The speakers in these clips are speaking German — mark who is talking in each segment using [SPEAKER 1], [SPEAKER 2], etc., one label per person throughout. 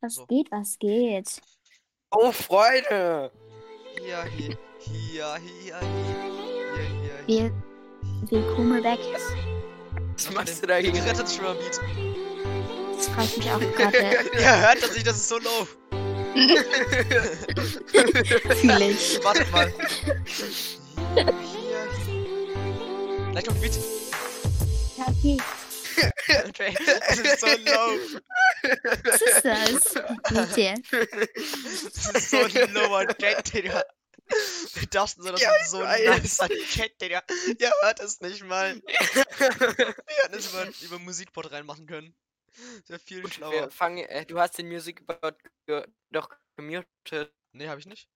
[SPEAKER 1] Was
[SPEAKER 2] So.
[SPEAKER 1] geht, was geht?
[SPEAKER 3] Oh, Freunde!
[SPEAKER 2] Hier, hier, hier, hier, hier, hier, hier.
[SPEAKER 1] Wir, willkommen back.
[SPEAKER 3] Was machst du da hier?
[SPEAKER 2] Gerettet schon am Beat.
[SPEAKER 1] Das fragt mich auch gerade.
[SPEAKER 2] Ihr hört das nicht, das ist so low.
[SPEAKER 1] Fühl ich.
[SPEAKER 2] Wartet mal. Hier, hier. Gleich kommt Beat.
[SPEAKER 1] Okay,
[SPEAKER 2] Das ist so low.
[SPEAKER 1] was ist das? Bitte.
[SPEAKER 2] Das ist so ein lower Jack, Digga. Wir dachten so, das
[SPEAKER 3] Ja,
[SPEAKER 2] ist so ein
[SPEAKER 3] weiß.
[SPEAKER 2] nicer Jack, Digga. Ihr hört es nicht mal. Wir hätten es über, über Musikpod reinmachen können. Das wäre viel
[SPEAKER 3] Wir
[SPEAKER 2] schlauer.
[SPEAKER 3] fangen, äh, du hast den Musicbot ge doch gemutet.
[SPEAKER 2] Nee, hab ich nicht.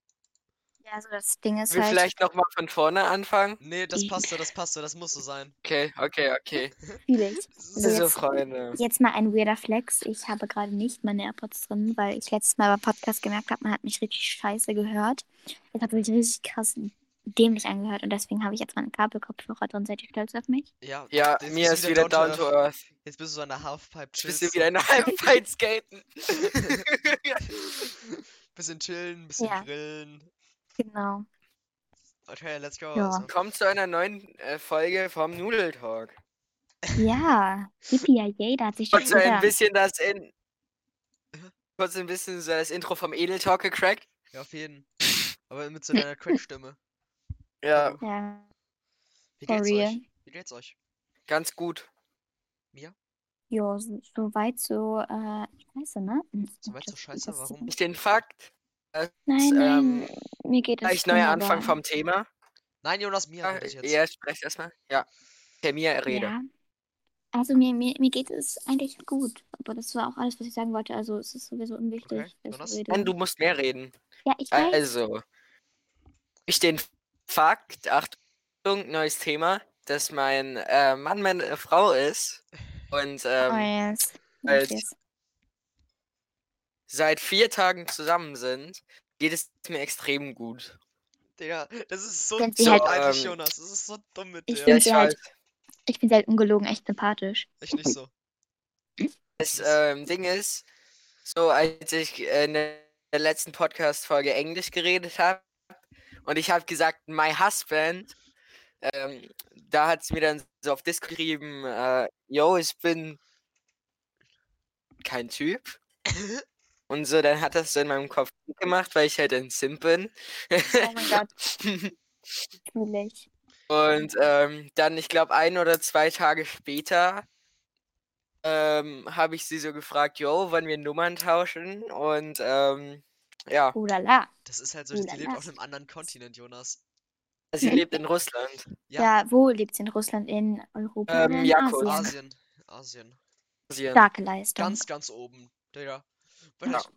[SPEAKER 1] Ja, also das Ding ist
[SPEAKER 3] Wir
[SPEAKER 1] halt.
[SPEAKER 3] vielleicht nochmal von vorne anfangen?
[SPEAKER 2] Nee, das
[SPEAKER 1] Ich-
[SPEAKER 2] passt so, das passt so, das muss so sein.
[SPEAKER 3] Okay, okay, okay.
[SPEAKER 1] Fühl ich.
[SPEAKER 2] Das ist-
[SPEAKER 1] Also
[SPEAKER 3] So,
[SPEAKER 1] jetzt-
[SPEAKER 3] Freunde.
[SPEAKER 1] Jetzt mal ein weirder Flex. Ich habe gerade nicht meine AirPods drin, weil ich letztes Mal beim Podcast gemerkt habe, man hat mich richtig scheiße gehört. Es hat mich richtig krass dämlich angehört und deswegen habe ich jetzt meine Kabelkopfhörer drin. Seid ihr stolz auf mich?
[SPEAKER 2] Ja,
[SPEAKER 3] Ja,
[SPEAKER 2] jetzt
[SPEAKER 3] mir
[SPEAKER 2] bist
[SPEAKER 3] ist
[SPEAKER 2] du
[SPEAKER 3] wieder down to earth.
[SPEAKER 2] Jetzt bist du so an der Halfpipe
[SPEAKER 3] Ich
[SPEAKER 2] chillen.
[SPEAKER 3] bist du wieder in der Halbzeit skaten.
[SPEAKER 2] bisschen chillen, bisschen
[SPEAKER 1] Ja.
[SPEAKER 2] grillen.
[SPEAKER 1] Genau.
[SPEAKER 2] Okay, let's go.
[SPEAKER 1] Ja.
[SPEAKER 2] Also.
[SPEAKER 3] Kommt zu einer neuen äh, Folge vom Nudeltalk.
[SPEAKER 1] Ja. Yippie, ja, yay, da hat sich
[SPEAKER 3] Kurz
[SPEAKER 1] jetzt
[SPEAKER 3] so ein
[SPEAKER 1] wieder...
[SPEAKER 3] bisschen das in.
[SPEAKER 2] Ja.
[SPEAKER 3] Kurz ein bisschen so das Intro vom Edeltalk gecrackt.
[SPEAKER 2] Ja, auf jeden. Aber mit so deiner Crack-Stimme.
[SPEAKER 3] Ja,
[SPEAKER 1] Ja,
[SPEAKER 2] Wie
[SPEAKER 1] For
[SPEAKER 2] geht's
[SPEAKER 1] real.
[SPEAKER 2] euch? Wie geht's euch?
[SPEAKER 3] ganz gut.
[SPEAKER 1] jo, so, so weit, so äh, scheiße, ne?
[SPEAKER 2] So weit, so scheiße, warum?
[SPEAKER 3] Nicht den Fakt. dass,
[SPEAKER 1] Nein,
[SPEAKER 3] ähm,
[SPEAKER 1] nein, mir geht es
[SPEAKER 3] Gleich neuer Anfang
[SPEAKER 1] wunderbar.
[SPEAKER 3] vom Thema.
[SPEAKER 2] Nein, Jonas, mir
[SPEAKER 3] Ja,
[SPEAKER 2] ja, ich jetzt.
[SPEAKER 3] Äh, Ah, ja sprecht erstmal. Ja. Per mir rede.
[SPEAKER 1] Ja. Also mir, mir, mir geht es eigentlich gut. Aber das war auch alles, was ich sagen wollte. Also es ist sowieso unwichtig.
[SPEAKER 2] Okay,
[SPEAKER 1] dass ich
[SPEAKER 2] Jonas?
[SPEAKER 1] rede.
[SPEAKER 3] Mann, du musst mehr reden.
[SPEAKER 1] ja, ich weiß.
[SPEAKER 3] Also, ich den Fakt, Achtung, neues Thema, dass mein äh, Mann meine Frau ist und ähm,
[SPEAKER 1] Oh, yes.
[SPEAKER 3] als-
[SPEAKER 1] yes.
[SPEAKER 3] seit vier Tagen zusammen sind, geht es mir extrem gut.
[SPEAKER 2] Digga, das ist so
[SPEAKER 1] Wenn
[SPEAKER 2] dumm
[SPEAKER 1] sie
[SPEAKER 3] halt-
[SPEAKER 2] eigentlich,
[SPEAKER 3] Ähm,
[SPEAKER 2] Jonas. Das ist so dumm mit
[SPEAKER 1] Ich
[SPEAKER 2] dir.
[SPEAKER 1] bin- Sind
[SPEAKER 3] Ja, ich
[SPEAKER 1] sie halt-
[SPEAKER 3] halt.
[SPEAKER 1] Ich bin halt ungelogen echt sympathisch.
[SPEAKER 2] Echt nicht so.
[SPEAKER 3] Das ähm, Ding ist, so als ich äh, in der letzten Podcast-Folge Englisch geredet habe und ich habe gesagt, my husband, ähm, da hat es mir dann so auf Discord geschrieben, äh, yo, ich bin kein Typ. Und so, dann hat das so in meinem Kopf Klick gemacht, weil ich halt ein Simp bin.
[SPEAKER 1] Oh mein Gott, fühle ich.
[SPEAKER 3] Und ähm, dann, ich glaube, ein oder zwei Tage später ähm, habe ich sie so gefragt, yo, wollen wir Nummern tauschen? Und ähm, ja,
[SPEAKER 1] Ulala.
[SPEAKER 2] Das ist halt so, die lebt
[SPEAKER 1] Ulala.
[SPEAKER 2] auf einem anderen Kontinent, Jonas.
[SPEAKER 3] sie lebt in Russland.
[SPEAKER 2] Ja.
[SPEAKER 1] Ja. wo lebt sie in Russland? In Europa?
[SPEAKER 3] Ähm,
[SPEAKER 1] oder in
[SPEAKER 3] ja,
[SPEAKER 1] Asien?
[SPEAKER 3] kurz.
[SPEAKER 2] Asien. Asien.
[SPEAKER 3] Asien.
[SPEAKER 1] Starke Leistung.
[SPEAKER 2] Ganz, ganz oben, Digga. Weil
[SPEAKER 3] Ja.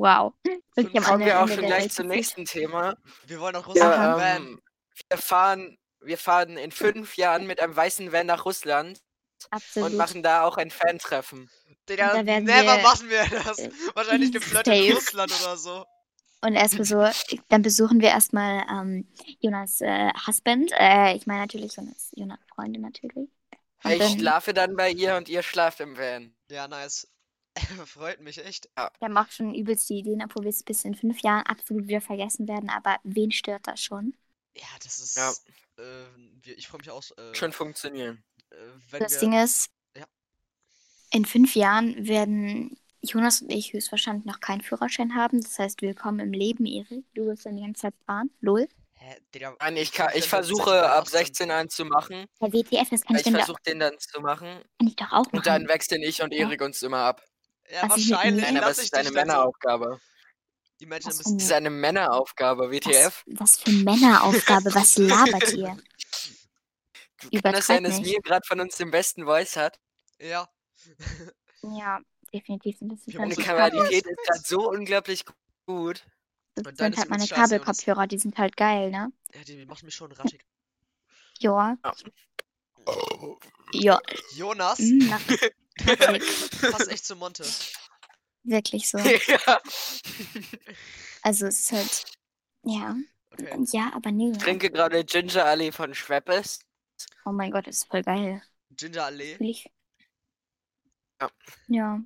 [SPEAKER 1] Wow.
[SPEAKER 2] Fünf-
[SPEAKER 1] Wirklich am
[SPEAKER 3] Kommen
[SPEAKER 1] anderen
[SPEAKER 3] wir auch
[SPEAKER 1] Ende
[SPEAKER 3] schon
[SPEAKER 1] der
[SPEAKER 3] gleich
[SPEAKER 1] Welt
[SPEAKER 3] zum
[SPEAKER 1] gefühlt.
[SPEAKER 3] nächsten Thema.
[SPEAKER 2] Wir wollen nach
[SPEAKER 3] Wir,
[SPEAKER 2] Russland.
[SPEAKER 1] Aha.
[SPEAKER 2] Bam.
[SPEAKER 3] ähm, wir, fahren, wir fahren in fünf Jahren mit einem weißen Van nach Russland
[SPEAKER 1] Absolut.
[SPEAKER 3] und machen da auch ein Fantreffen.
[SPEAKER 2] Digga,
[SPEAKER 1] Da werden
[SPEAKER 2] never
[SPEAKER 1] wir-
[SPEAKER 2] machen wir das.
[SPEAKER 1] äh,
[SPEAKER 2] Wahrscheinlich eine Flirt in
[SPEAKER 1] safe.
[SPEAKER 2] Russland oder so.
[SPEAKER 1] Und erstmal so, dann besuchen wir erstmal ähm, Jonas äh, Husband. Äh, ich meine natürlich Jonas, Jonas Freunde natürlich. Und
[SPEAKER 3] Ich
[SPEAKER 1] dann,
[SPEAKER 3] schlafe dann bei ihr und ihr schlaft im Van.
[SPEAKER 2] Ja, nice. Freut mich echt.
[SPEAKER 1] der macht schon übelst die Ideen, obwohl wir es bis in fünf Jahren absolut wieder vergessen werden. Aber wen stört das schon?
[SPEAKER 2] Ja, das ist.
[SPEAKER 3] Ja.
[SPEAKER 2] ähm, wir, ich freue mich auch. Äh,
[SPEAKER 3] Schon funktionieren.
[SPEAKER 2] äh, wenn
[SPEAKER 1] Das
[SPEAKER 2] wir,
[SPEAKER 1] Ding ist,
[SPEAKER 2] Ja.
[SPEAKER 1] in fünf Jahren werden Jonas und ich höchstwahrscheinlich noch keinen Führerschein haben. Das heißt, willkommen im Leben, Erik. Du wirst dann die ganze Zeit fahren. Lol.
[SPEAKER 2] Hä, Digga,
[SPEAKER 3] Nein, ich,
[SPEAKER 2] bin
[SPEAKER 3] kann, ich
[SPEAKER 2] schon seit
[SPEAKER 3] versuche ab
[SPEAKER 2] 16
[SPEAKER 3] 16 einen zu machen.
[SPEAKER 1] Der WTF, das kann ich,
[SPEAKER 3] Ich
[SPEAKER 1] denn doch,
[SPEAKER 3] versuche den dann zu machen.
[SPEAKER 1] kann ich doch auch
[SPEAKER 3] Und
[SPEAKER 1] machen.
[SPEAKER 3] dann wechseln ich und Erik uns immer ab.
[SPEAKER 2] Ja,
[SPEAKER 1] was ich mit
[SPEAKER 2] wahrscheinlich.
[SPEAKER 1] Männern-
[SPEAKER 3] Nein, aber
[SPEAKER 2] lass
[SPEAKER 3] es
[SPEAKER 2] ich
[SPEAKER 3] ist
[SPEAKER 2] dich
[SPEAKER 3] eine
[SPEAKER 2] dann so-
[SPEAKER 3] Männeraufgabe.
[SPEAKER 2] Imagine,
[SPEAKER 1] Was
[SPEAKER 2] du
[SPEAKER 3] Es
[SPEAKER 2] bist
[SPEAKER 3] ist eine Männeraufgabe, WTF.
[SPEAKER 1] was, was für Männeraufgabe, was labert ihr?
[SPEAKER 3] Du kann das sein, dass
[SPEAKER 1] übertreib
[SPEAKER 3] mir gerade von uns den besten Voice hat.
[SPEAKER 2] Ja.
[SPEAKER 1] Ja, definitiv sind halt das
[SPEAKER 2] Wir
[SPEAKER 1] dann
[SPEAKER 3] Meine
[SPEAKER 2] unsere
[SPEAKER 1] die
[SPEAKER 3] Kameralität ist gerade so unglaublich gut.
[SPEAKER 1] Das
[SPEAKER 2] Und
[SPEAKER 1] sind
[SPEAKER 2] deine sind jetzt
[SPEAKER 1] halt meine
[SPEAKER 2] scheiße, Jonas.
[SPEAKER 1] Kabelkopfhörer, die sind halt geil, ne?
[SPEAKER 2] ja, die macht mich schon rattig.
[SPEAKER 1] Joa. Ja,
[SPEAKER 2] Jonas,
[SPEAKER 1] mm, nach-
[SPEAKER 2] passt echt zu Monte.
[SPEAKER 1] wirklich so.
[SPEAKER 3] ja.
[SPEAKER 1] Also es ist halt. Ja.
[SPEAKER 2] Okay.
[SPEAKER 1] Ja, aber nee.
[SPEAKER 3] Ich trinke gerade Ginger Ale von Schweppes.
[SPEAKER 1] Oh mein Gott, das ist voll geil.
[SPEAKER 2] Ginger Allee.
[SPEAKER 1] Fühl ich.
[SPEAKER 3] Ja.
[SPEAKER 1] Ja.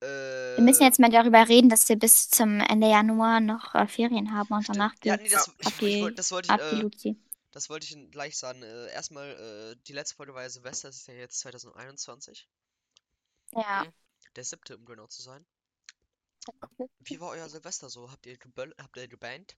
[SPEAKER 2] Äh,
[SPEAKER 1] Wir müssen jetzt mal darüber reden, dass wir bis zum Ende Januar noch äh, Ferien haben und danach
[SPEAKER 2] ja,
[SPEAKER 1] geht's
[SPEAKER 2] nee, das, ich, ich,
[SPEAKER 1] die-
[SPEAKER 2] wollt- das wollte ich,
[SPEAKER 1] ab die
[SPEAKER 2] äh,
[SPEAKER 1] Luzi.
[SPEAKER 2] das wollte ich Ihnen gleich sagen. Äh, erstmal, äh, die letzte Folge war ja Silvester, das ist ja jetzt 2021.
[SPEAKER 1] Ja.
[SPEAKER 2] Der siebte, um genau zu sein. Wie war euer Silvester so? Habt ihr, geböll- habt ihr gebannt?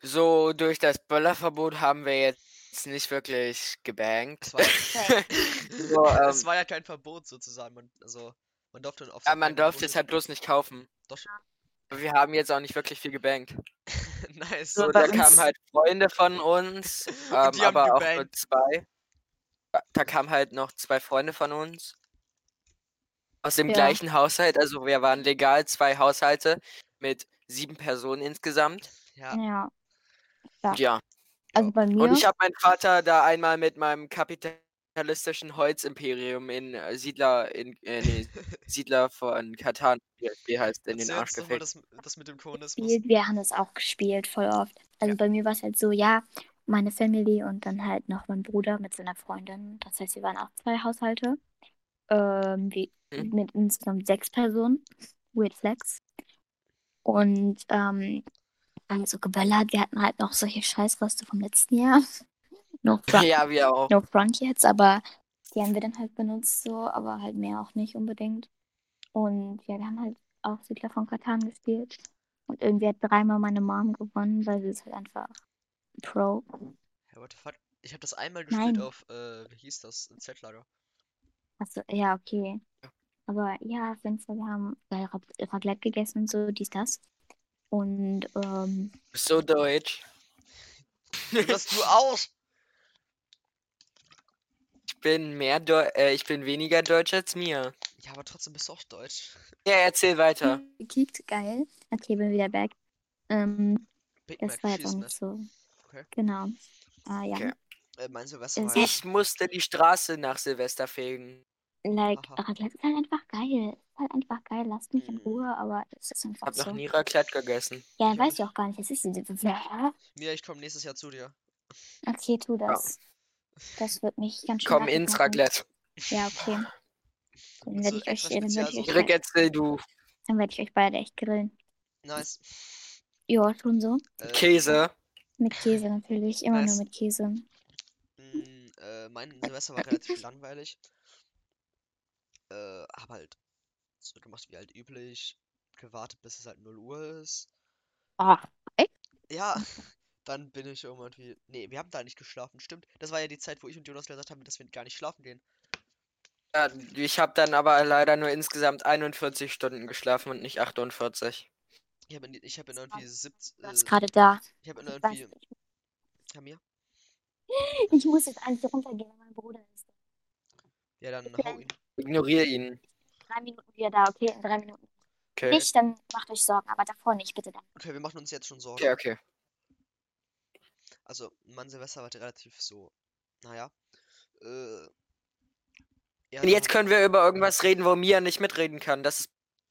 [SPEAKER 3] So, durch das Böllerverbot haben wir jetzt nicht wirklich
[SPEAKER 2] Es
[SPEAKER 3] gebankt.
[SPEAKER 2] war, ja-
[SPEAKER 3] So, ähm,
[SPEAKER 2] es war ja kein Verbot sozusagen. Man, also, man durfte auf
[SPEAKER 3] ja,
[SPEAKER 2] jeden
[SPEAKER 3] man
[SPEAKER 2] Fall
[SPEAKER 3] durfte es
[SPEAKER 2] Geburtstag-
[SPEAKER 3] halt bloß nicht kaufen.
[SPEAKER 2] Doch.
[SPEAKER 3] Aber wir haben jetzt auch nicht wirklich viel gebankt.
[SPEAKER 2] nice.
[SPEAKER 3] So,
[SPEAKER 1] bei
[SPEAKER 3] da
[SPEAKER 1] uns-
[SPEAKER 3] kamen halt Freunde von uns, ähm,
[SPEAKER 2] die haben
[SPEAKER 3] aber auch nur
[SPEAKER 2] gebankt.
[SPEAKER 3] zwei. Da kamen halt noch zwei Freunde von uns. Aus dem
[SPEAKER 1] Ja.
[SPEAKER 3] gleichen Haushalt, also wir waren legal zwei Haushalte mit sieben Personen insgesamt.
[SPEAKER 2] Ja,
[SPEAKER 1] Ja.
[SPEAKER 3] Ja.
[SPEAKER 1] Also bei mir.
[SPEAKER 3] Und ich habe meinen Vater da einmal mit meinem kapitalistischen Holzimperium in äh, Siedler in äh, nee, Siedler von Katan, wie wie heißt, in den
[SPEAKER 2] Erzähl
[SPEAKER 3] Arsch
[SPEAKER 2] uns doch mal
[SPEAKER 3] gefickt.
[SPEAKER 2] das, das mit dem Kommunismus.
[SPEAKER 1] gespielt. Wir haben das auch gespielt, voll oft. Also bei mir war es halt so, ja, meine Family und dann halt noch mein Bruder mit seiner Freundin. Das heißt, wir waren auch zwei Haushalte. Ähm, wie,
[SPEAKER 3] Mhm.
[SPEAKER 1] Mit insgesamt sechs Personen. Weird Flex. Und ähm, haben so geböllert. Wir hatten halt noch solche Scheißreste vom letzten Jahr. No front,
[SPEAKER 3] Ja, wir auch.
[SPEAKER 1] no front jetzt, aber die haben wir dann halt benutzt so, aber halt mehr auch nicht unbedingt. Und ja, wir haben halt auch Siedler von Katan gespielt. Und irgendwie hat dreimal meine Mom gewonnen, weil sie ist halt einfach Pro.
[SPEAKER 2] Ja, what the fuck? Ich habe das einmal gespielt
[SPEAKER 1] Nein.
[SPEAKER 2] auf, äh, wie hieß das? Im Z-Lager.
[SPEAKER 1] Also, ja, okay. Aber ja, auf jeden Fall, wir haben geil Rab- Raclette gegessen und so, dies, das. Und ähm,
[SPEAKER 3] So deutsch.
[SPEAKER 2] Dass du auch!
[SPEAKER 3] Ich bin mehr Deu äh, ich bin weniger deutsch als mir.
[SPEAKER 2] Ja, aber trotzdem bist du auch deutsch.
[SPEAKER 3] Ja, erzähl weiter.
[SPEAKER 2] Hm.
[SPEAKER 1] gekickt, geil. Okay, bin wieder back. Ähm,
[SPEAKER 2] Big
[SPEAKER 1] das
[SPEAKER 2] Mac,
[SPEAKER 1] war jetzt auch
[SPEAKER 2] schieß
[SPEAKER 1] nicht
[SPEAKER 2] mit.
[SPEAKER 1] so.
[SPEAKER 2] Okay.
[SPEAKER 1] Genau. Ah, ja.
[SPEAKER 3] Okay.
[SPEAKER 2] Äh, mein Silvester
[SPEAKER 1] Äh,
[SPEAKER 2] war ja-
[SPEAKER 3] Ich musste die Straße nach Silvester fegen.
[SPEAKER 1] Like,
[SPEAKER 2] Aha.
[SPEAKER 1] Raclette ist halt einfach geil. Ist halt einfach geil. Lasst mich in
[SPEAKER 2] Mhm.
[SPEAKER 1] Ruhe, aber es ist einfach
[SPEAKER 3] Hab
[SPEAKER 1] so.
[SPEAKER 3] noch nie Raclette gegessen.
[SPEAKER 1] Ja, dann weiß ich auch gar nicht. Es ist diese.
[SPEAKER 2] Mia, ich komme nächstes Jahr zu dir.
[SPEAKER 1] Okay, tu das. Das wird mich ganz
[SPEAKER 3] Ich
[SPEAKER 1] schön.
[SPEAKER 3] komm ins
[SPEAKER 1] machen.
[SPEAKER 3] Raclette.
[SPEAKER 1] Ja, okay. Dann
[SPEAKER 2] Mit
[SPEAKER 1] werde
[SPEAKER 2] so
[SPEAKER 1] ich euch,
[SPEAKER 2] extra
[SPEAKER 1] dann werde ich euch,
[SPEAKER 2] Spezialsoße.
[SPEAKER 3] Direkt
[SPEAKER 1] be-
[SPEAKER 3] erzähl du.
[SPEAKER 1] dann werde ich euch beide echt grillen.
[SPEAKER 2] Nice.
[SPEAKER 1] Ja, schon so.
[SPEAKER 2] Äh,
[SPEAKER 3] Käse.
[SPEAKER 1] Mit Käse natürlich. Immer
[SPEAKER 2] Nice.
[SPEAKER 1] nur mit Käse.
[SPEAKER 2] mh, äh, mein Silvester war relativ langweilig. Äh, hab halt so gemacht wie halt üblich. Gewartet, bis es halt 0 Uhr ist.
[SPEAKER 1] Ach,
[SPEAKER 2] Ja, dann bin ich irgendwie. Nee, wir haben da nicht geschlafen, stimmt. Das war ja die Zeit, wo ich und Jonas gesagt haben, dass wir gar nicht schlafen gehen.
[SPEAKER 3] Ja, ich habe dann aber leider nur insgesamt 41 Stunden geschlafen und nicht 48.
[SPEAKER 2] Ich habe in, ich hab in
[SPEAKER 1] Das
[SPEAKER 2] irgendwie
[SPEAKER 1] war-
[SPEAKER 2] 17.
[SPEAKER 1] du warst
[SPEAKER 2] Äh,
[SPEAKER 1] gerade da.
[SPEAKER 2] ich habe in
[SPEAKER 1] Ich, weiß,
[SPEAKER 2] irgendwie.
[SPEAKER 1] nicht.
[SPEAKER 2] Ja, Mia?
[SPEAKER 1] ich muss jetzt eigentlich runtergehen, weil mein Bruder ist
[SPEAKER 2] Ja, dann
[SPEAKER 1] Okay.
[SPEAKER 2] hau ihn.
[SPEAKER 3] Ignoriere ihn.
[SPEAKER 1] in drei Minuten wieder da. Okay, in drei Minuten.
[SPEAKER 3] Okay.
[SPEAKER 1] Nicht, dann macht euch Sorgen, aber davor nicht, bitte. Dann.
[SPEAKER 2] Okay, wir machen uns jetzt schon Sorgen.
[SPEAKER 3] Okay, okay.
[SPEAKER 2] Also, mein Silvester war relativ so. Naja. Äh. Ja,
[SPEAKER 3] Und jetzt
[SPEAKER 2] Jonas-
[SPEAKER 3] können wir über irgendwas reden, wo Mia nicht mitreden kann. Das ist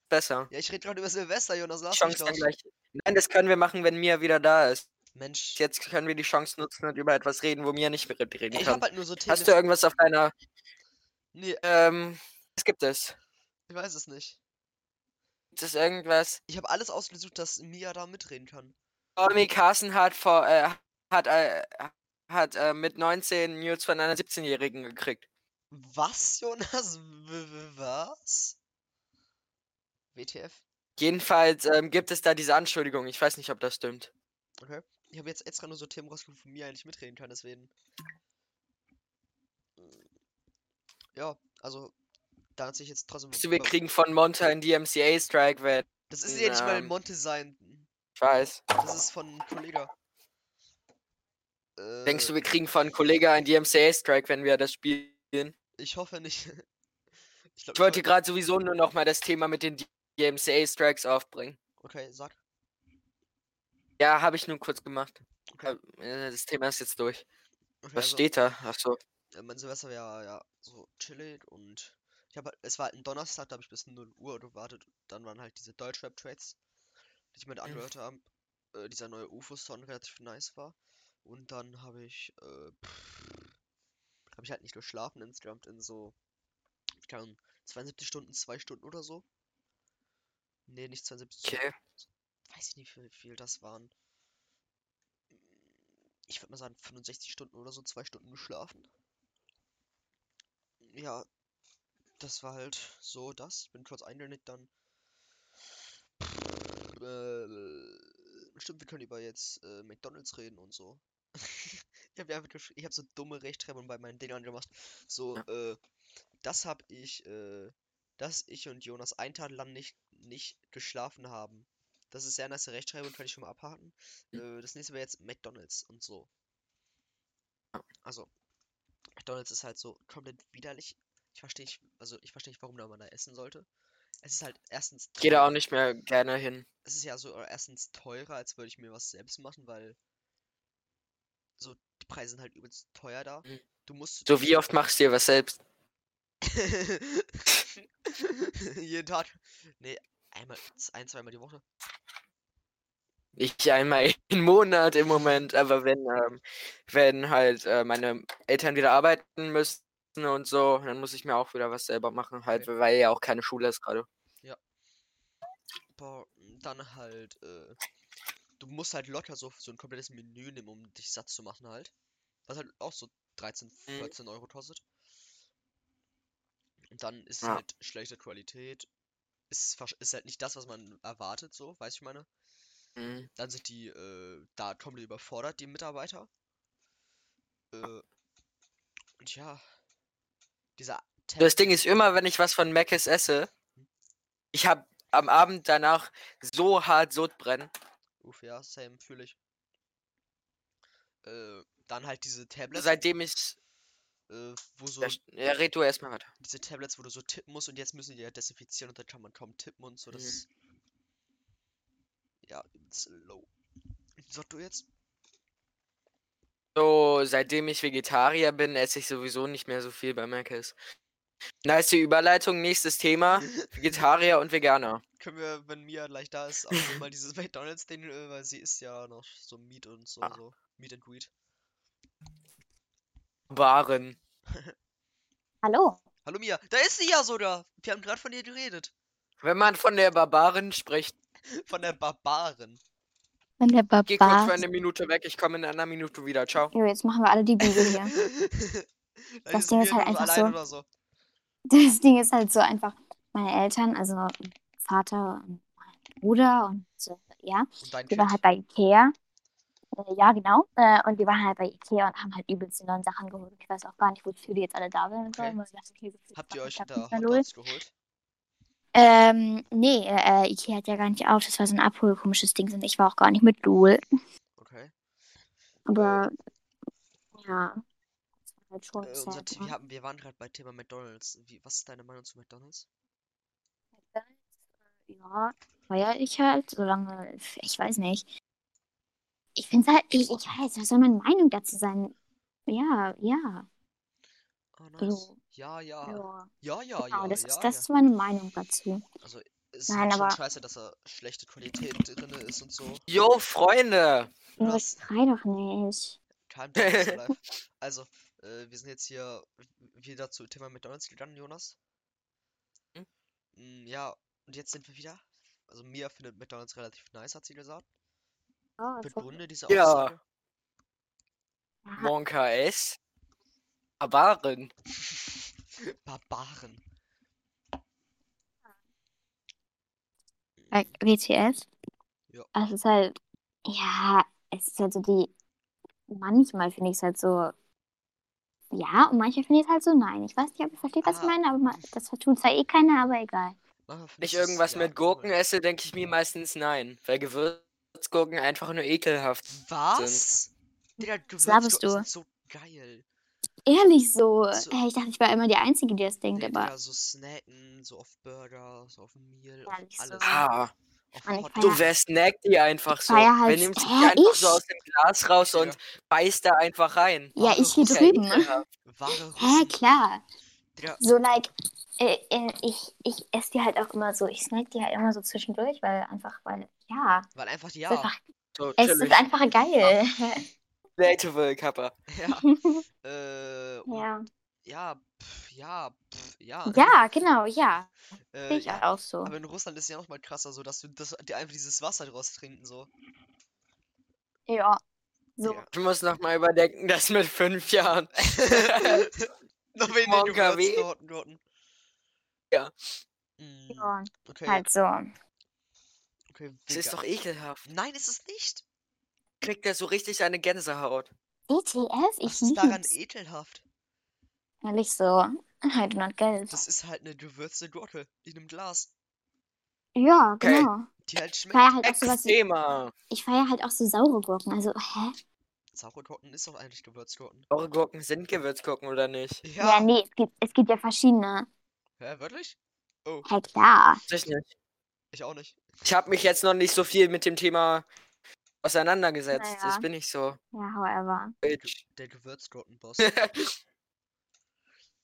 [SPEAKER 3] besser.
[SPEAKER 2] Ja, ich rede gerade über Silvester, Jonas, lass mich
[SPEAKER 3] Chance dann
[SPEAKER 2] doch.
[SPEAKER 3] gleich. Nein, das können wir machen, wenn Mia wieder da ist.
[SPEAKER 2] Mensch.
[SPEAKER 3] Jetzt können wir die Chance nutzen und über etwas reden, wo Mia nicht mitreden
[SPEAKER 2] Ich hab
[SPEAKER 3] kann.
[SPEAKER 2] halt nur so Themen.
[SPEAKER 3] Hast du irgendwas auf deiner.
[SPEAKER 2] Nee,
[SPEAKER 3] Ähm. Was gibt es?
[SPEAKER 2] ich weiß es nicht.
[SPEAKER 3] Gibt es irgendwas?
[SPEAKER 2] Ich habe alles ausgesucht, dass Mia da mitreden kann.
[SPEAKER 3] Tommy Carson hat vor. Äh, hat. Äh, hat äh, mit 19 News von einer 17-Jährigen gekriegt.
[SPEAKER 2] Was, Jonas? W- w- Was? WTF?
[SPEAKER 3] Jedenfalls ähm, gibt es da diese Anschuldigung. Ich weiß nicht, ob das stimmt.
[SPEAKER 2] Okay. Ich habe jetzt extra nur so Themen rausgefunden, von mir eigentlich mitreden kann, deswegen. Ja, also, da hat sich jetzt trotzdem.
[SPEAKER 3] Weißt du, wir
[SPEAKER 2] über-
[SPEAKER 3] kriegen von Monta einen DMCA-Strike, wenn
[SPEAKER 2] Das ist ja nicht mal
[SPEAKER 3] ähm,
[SPEAKER 2] Monte sein.
[SPEAKER 3] ich weiß.
[SPEAKER 2] Das ist von Kollega. Äh,
[SPEAKER 3] Denkst du, wir kriegen von Kollege einen DMCA-Strike, wenn wir das spielen? Ich
[SPEAKER 2] Ich hoffe nicht. Ich glaube,
[SPEAKER 3] wollte gerade sowieso nur nochmal das Thema mit den DMCA-Strikes aufbringen.
[SPEAKER 2] Okay, sag.
[SPEAKER 3] Ja, habe ich nun kurz gemacht.
[SPEAKER 2] Okay.
[SPEAKER 3] Äh, Das Thema ist jetzt durch.
[SPEAKER 2] Okay,
[SPEAKER 3] Was
[SPEAKER 2] also,
[SPEAKER 3] steht da? Achso.
[SPEAKER 2] äh, Mein Silvester war ja, ja so chillig und ich habe es war halt ein Donnerstag, da habe ich bis 0 Uhr gewartet. Dann waren halt diese Deutschrap Trades, die ich mir da
[SPEAKER 3] Mhm.
[SPEAKER 2] angehört habe. Äh, dieser neue UFO Song relativ nice war und dann habe ich äh, habe ich halt nicht geschlafen insgesamt in so keine Ahnung, 72 Stunden, 2 Stunden oder so. Nee, nicht 72 Stunden.
[SPEAKER 3] Okay.
[SPEAKER 2] Weiß ich nicht, wie viel das waren. Ich würde mal sagen 65 Stunden oder so, 2 Stunden geschlafen. Ja, das war halt so das. Bin kurz eingenickt, dann. Äh, stimmt, wir können über jetzt äh, McDonalds reden und so. ich habe einfach gesch- ich hab so dumme Rechtschreibung bei meinen Dingern gemacht. So, äh, das habe ich, äh, dass ich und Jonas einen Tag lang nicht, nicht geschlafen haben. Das ist sehr nice Rechtschreibung, kann ich schon mal abhaken.
[SPEAKER 3] Hm.
[SPEAKER 2] Äh, das nächste wäre jetzt McDonalds und so.
[SPEAKER 3] Ja.
[SPEAKER 2] Also, McDonalds ist halt so komplett widerlich. Ich verstehe nicht, also ich verstehe nicht, warum da man da essen sollte. Es ist halt erstens
[SPEAKER 3] Geht da
[SPEAKER 2] teuer-
[SPEAKER 3] auch nicht mehr gerne hin.
[SPEAKER 2] es ist ja so äh, erstens teurer, als würde ich mir was selbst machen, weil so die Preise sind halt übelst teuer da.
[SPEAKER 3] Mhm.
[SPEAKER 2] Du musst
[SPEAKER 3] So wie oft machst du dir was selbst?
[SPEAKER 2] jeden Tag. Nee, einmal z- ein, zweimal die Woche.
[SPEAKER 3] Ich einmal im Monat im Moment, aber wenn, ähm, wenn halt äh, meine Eltern wieder arbeiten müssen und so, dann muss ich mir auch wieder was selber machen, halt, weil ja auch keine Schule ist gerade.
[SPEAKER 2] Boah, dann halt, äh, du musst halt locker so, so ein komplettes Menü nehmen, um dich satt zu machen halt. Was halt auch so 13,
[SPEAKER 3] Mhm.
[SPEAKER 2] 14 Euro kostet. Und dann ist es
[SPEAKER 3] Ja.
[SPEAKER 2] halt schlechte Qualität. Ist, versch- ist halt nicht das, was man erwartet, so, weiß ich meine.
[SPEAKER 3] Mhm.
[SPEAKER 2] Dann sind die äh, da komplett überfordert, die Mitarbeiter. Äh, und ja, dieser Temp
[SPEAKER 3] Das Ding ist, immer wenn ich was von Mc's esse, ich habe am Abend danach so hart Sodbrennen.
[SPEAKER 2] Uff, ja, same, fühle ich. Äh, dann halt diese Tablets,
[SPEAKER 3] Seitdem ich.
[SPEAKER 2] äh, wo so
[SPEAKER 3] Ja, st- ja, red du erstmal weiter.
[SPEAKER 2] diese Tablets, wo du so tippen musst und jetzt müssen die ja desinfizieren und dann kann man kaum tippen und so. Das
[SPEAKER 3] Mhm.
[SPEAKER 2] ist ja übelst low. Sag du jetzt?
[SPEAKER 3] So, seitdem ich Vegetarier bin, esse ich sowieso nicht mehr so viel bei Mc's. Nice die Überleitung, nächstes Thema. Vegetarier und Veganer.
[SPEAKER 2] Können wir, wenn Mia gleich da ist, auch so mal dieses McDonalds-Ding, äh, weil sie isst ja noch so Meat und so,
[SPEAKER 3] Ah.
[SPEAKER 2] so Meat and Greed.
[SPEAKER 3] Waren.
[SPEAKER 1] Hallo.
[SPEAKER 2] Hallo Mia, da ist sie ja sogar. Wir haben gerade von ihr geredet.
[SPEAKER 3] Wenn man von der Barbarin spricht,
[SPEAKER 2] Von der Barbarin.
[SPEAKER 1] Wenn der
[SPEAKER 3] geh kurz
[SPEAKER 1] Barbar.
[SPEAKER 3] für eine Minute weg, ich komme in einer Minute wieder. Ciao.
[SPEAKER 1] Jo, jetzt machen wir alle die Bibel hier.
[SPEAKER 2] Dann
[SPEAKER 1] Das
[SPEAKER 2] ist
[SPEAKER 1] Ding
[SPEAKER 2] Mia
[SPEAKER 1] ist halt
[SPEAKER 2] nur
[SPEAKER 1] einfach
[SPEAKER 2] allein
[SPEAKER 1] so.
[SPEAKER 2] oder so.
[SPEAKER 1] Das Ding ist halt so einfach. Meine Eltern, also Vater und mein Bruder und so, ja,
[SPEAKER 2] Und dein
[SPEAKER 1] die
[SPEAKER 2] Kind.
[SPEAKER 1] waren halt bei Ikea. Äh, ja, genau. Äh, und die waren halt bei Ikea und haben halt übelst die neuen Sachen geholt. Ich weiß auch gar nicht, wofür die jetzt alle da sind. und so.
[SPEAKER 2] Okay.
[SPEAKER 1] Und ich dachte, okay, so viel
[SPEAKER 2] Habt ihr
[SPEAKER 1] Sachen
[SPEAKER 2] euch
[SPEAKER 1] klappt
[SPEAKER 2] da
[SPEAKER 1] nicht mehr,
[SPEAKER 2] Hot
[SPEAKER 1] lol.
[SPEAKER 2] Dogs geholt?
[SPEAKER 1] Ähm, nee, äh, Ikea hat ja gar nicht auf. Das war so ein abholkomisches Ding und ich war auch gar nicht mit Lul.
[SPEAKER 2] Okay.
[SPEAKER 1] Aber ja, das war halt schon
[SPEAKER 2] Äh,
[SPEAKER 1] sad,
[SPEAKER 2] unser, T-
[SPEAKER 1] ne?
[SPEAKER 2] wir, haben, wir waren gerade bei Thema McDonalds. Wie, was ist deine Meinung zu McDonalds?
[SPEAKER 1] Halt, äh, Ja, feier ich halt, solange, ich weiß nicht. Ich finde halt, ich, ich weiß, was soll meine Meinung dazu sein? Ja, ja,
[SPEAKER 2] Ah, nice.
[SPEAKER 1] so,
[SPEAKER 2] Ja, ja.
[SPEAKER 1] ja.
[SPEAKER 2] Ja, ja,
[SPEAKER 1] Genau,
[SPEAKER 2] Ah, ja,
[SPEAKER 1] das
[SPEAKER 2] ja,
[SPEAKER 1] ist,
[SPEAKER 2] ja.
[SPEAKER 1] das ist meine Meinung dazu.
[SPEAKER 2] Es ist
[SPEAKER 1] Nein,
[SPEAKER 2] halt schon
[SPEAKER 1] aber-
[SPEAKER 2] scheiße, dass da schlechte Qualität drin ist und so.
[SPEAKER 3] Yo, Freunde!
[SPEAKER 1] Nur
[SPEAKER 2] Was?
[SPEAKER 1] schrei doch nicht.
[SPEAKER 2] Kein Bock auf so live. Also, äh, wir sind jetzt hier wieder zu Thema McDonalds gegangen, Jonas.
[SPEAKER 3] Hm?
[SPEAKER 2] Mm, ja, und jetzt sind wir wieder. Also, Mia findet McDonalds relativ nice, hat sie gesagt.
[SPEAKER 1] Ja, also,
[SPEAKER 2] Begründe diese
[SPEAKER 3] Ja.
[SPEAKER 2] Aussage.
[SPEAKER 3] Monka S. Barbaren.
[SPEAKER 2] Barbaren.
[SPEAKER 1] Like, WTF?
[SPEAKER 2] Ja.
[SPEAKER 1] Also, es ist halt, ja, es ist halt so die, manchmal finde ich es halt so, ja, und manchmal finde ich es halt so, nein. Ich weiß nicht, ob ihr versteht, was ich
[SPEAKER 2] Ah.
[SPEAKER 1] meine, aber ma- das tut zwar eh keiner, aber egal.
[SPEAKER 2] Manchmal
[SPEAKER 3] Wenn ich
[SPEAKER 2] findest du's-
[SPEAKER 3] irgendwas
[SPEAKER 2] ja,
[SPEAKER 3] mit Gurken
[SPEAKER 2] cool.
[SPEAKER 3] esse, denke ich mir meistens nein. Weil Gewürzgurken einfach nur ekelhaft.
[SPEAKER 2] Was? Digga,
[SPEAKER 1] Was laberst
[SPEAKER 2] Gewürzgurken
[SPEAKER 1] du?
[SPEAKER 2] sind so geil.
[SPEAKER 1] Ehrlich so.
[SPEAKER 2] So-
[SPEAKER 1] Hey, ich dachte, ich war immer die Einzige, die das denkt,
[SPEAKER 2] Nee, genau.
[SPEAKER 1] aber
[SPEAKER 2] Digga, so snacken, so auf Burger, so auf Meal, auf
[SPEAKER 1] Ehrlich so.
[SPEAKER 2] alles.
[SPEAKER 3] Ah,
[SPEAKER 2] Auf
[SPEAKER 1] Mann, ich
[SPEAKER 2] Hot
[SPEAKER 1] feier-
[SPEAKER 3] du,
[SPEAKER 2] Dogs.
[SPEAKER 1] Ja.
[SPEAKER 3] wer snackt die einfach so?
[SPEAKER 1] Feier
[SPEAKER 3] Wer
[SPEAKER 1] halt-
[SPEAKER 3] nimmt sich die
[SPEAKER 1] Hä,
[SPEAKER 3] einfach so
[SPEAKER 1] ich?
[SPEAKER 3] aus dem Glas raus
[SPEAKER 2] Digga,
[SPEAKER 3] und beißt da einfach rein?
[SPEAKER 1] ja, ich hier
[SPEAKER 3] Ist ja
[SPEAKER 1] drüben. ne? Hä,
[SPEAKER 3] ekelhaft.
[SPEAKER 2] wahre
[SPEAKER 1] hey,
[SPEAKER 2] Russen.
[SPEAKER 1] klar.
[SPEAKER 2] Digga,
[SPEAKER 1] So, like, äh, äh, ich, ich esse die halt auch immer so, ich snack die halt immer so zwischendurch, weil einfach, weil, ja,
[SPEAKER 2] weil einfach
[SPEAKER 1] es
[SPEAKER 2] ja.
[SPEAKER 1] ist einfach,
[SPEAKER 3] So,
[SPEAKER 1] es ist
[SPEAKER 3] chillig.
[SPEAKER 1] einfach geil.
[SPEAKER 3] Relatable, Kappa.
[SPEAKER 2] Ja. Äh, und
[SPEAKER 1] Ja.
[SPEAKER 2] Ja, pff, ja, pff, ja.
[SPEAKER 1] Ja, genau, ja.
[SPEAKER 2] äh,
[SPEAKER 1] Sehe ich halt
[SPEAKER 2] ja.
[SPEAKER 1] auch so.
[SPEAKER 2] Aber in Russland ist ja noch mal krasser, so dass du das, die einfach dieses Wasser draus trinken, so.
[SPEAKER 1] Ja. So.
[SPEAKER 2] Ja.
[SPEAKER 3] Ich muss nochmal überdenken, das mit fünf Jahren.
[SPEAKER 2] Noch wen den du
[SPEAKER 3] Monka
[SPEAKER 2] kannst,
[SPEAKER 3] W.
[SPEAKER 2] Norton, Norton.
[SPEAKER 3] Ja.
[SPEAKER 2] Mm,
[SPEAKER 1] Ja,
[SPEAKER 2] Okay,
[SPEAKER 1] halt so.
[SPEAKER 2] okay,
[SPEAKER 3] Das ist
[SPEAKER 2] Digga.
[SPEAKER 3] doch ekelhaft.
[SPEAKER 2] Nein, ist es nicht.
[SPEAKER 3] Kriegt er so richtig eine Gänsehaut.
[SPEAKER 1] ETF, E ich
[SPEAKER 2] Was ist daran e-
[SPEAKER 1] lieb's.
[SPEAKER 2] ekelhaft?
[SPEAKER 1] Ehrlich so. I do not get it.
[SPEAKER 2] Das ist halt eine gewürzte Gurke in einem Glas,
[SPEAKER 1] Ja,
[SPEAKER 3] Okay.
[SPEAKER 1] genau.
[SPEAKER 2] die halt
[SPEAKER 1] Ich
[SPEAKER 2] schmeckt.
[SPEAKER 1] feier halt auch sowas wie,
[SPEAKER 3] Extrema.
[SPEAKER 1] ich feier halt auch so saure Gurken. Also, hä?
[SPEAKER 2] Saure Gurken ist doch eigentlich Gewürzgurken.
[SPEAKER 3] Eure Gurken sind Gewürzgurken oder nicht?
[SPEAKER 2] Ja.
[SPEAKER 1] Ja, nee, es gibt, es gibt ja verschiedene.
[SPEAKER 2] Hä, wirklich?
[SPEAKER 1] Halt klar.
[SPEAKER 3] Ich nicht.
[SPEAKER 2] Ich auch nicht.
[SPEAKER 3] Ich habe mich jetzt noch nicht so viel mit dem Thema auseinandergesetzt.
[SPEAKER 1] Naja.
[SPEAKER 3] Das bin ich so.
[SPEAKER 1] Ja, however.
[SPEAKER 3] Bitch.
[SPEAKER 2] Der Gewürzgurkenboss.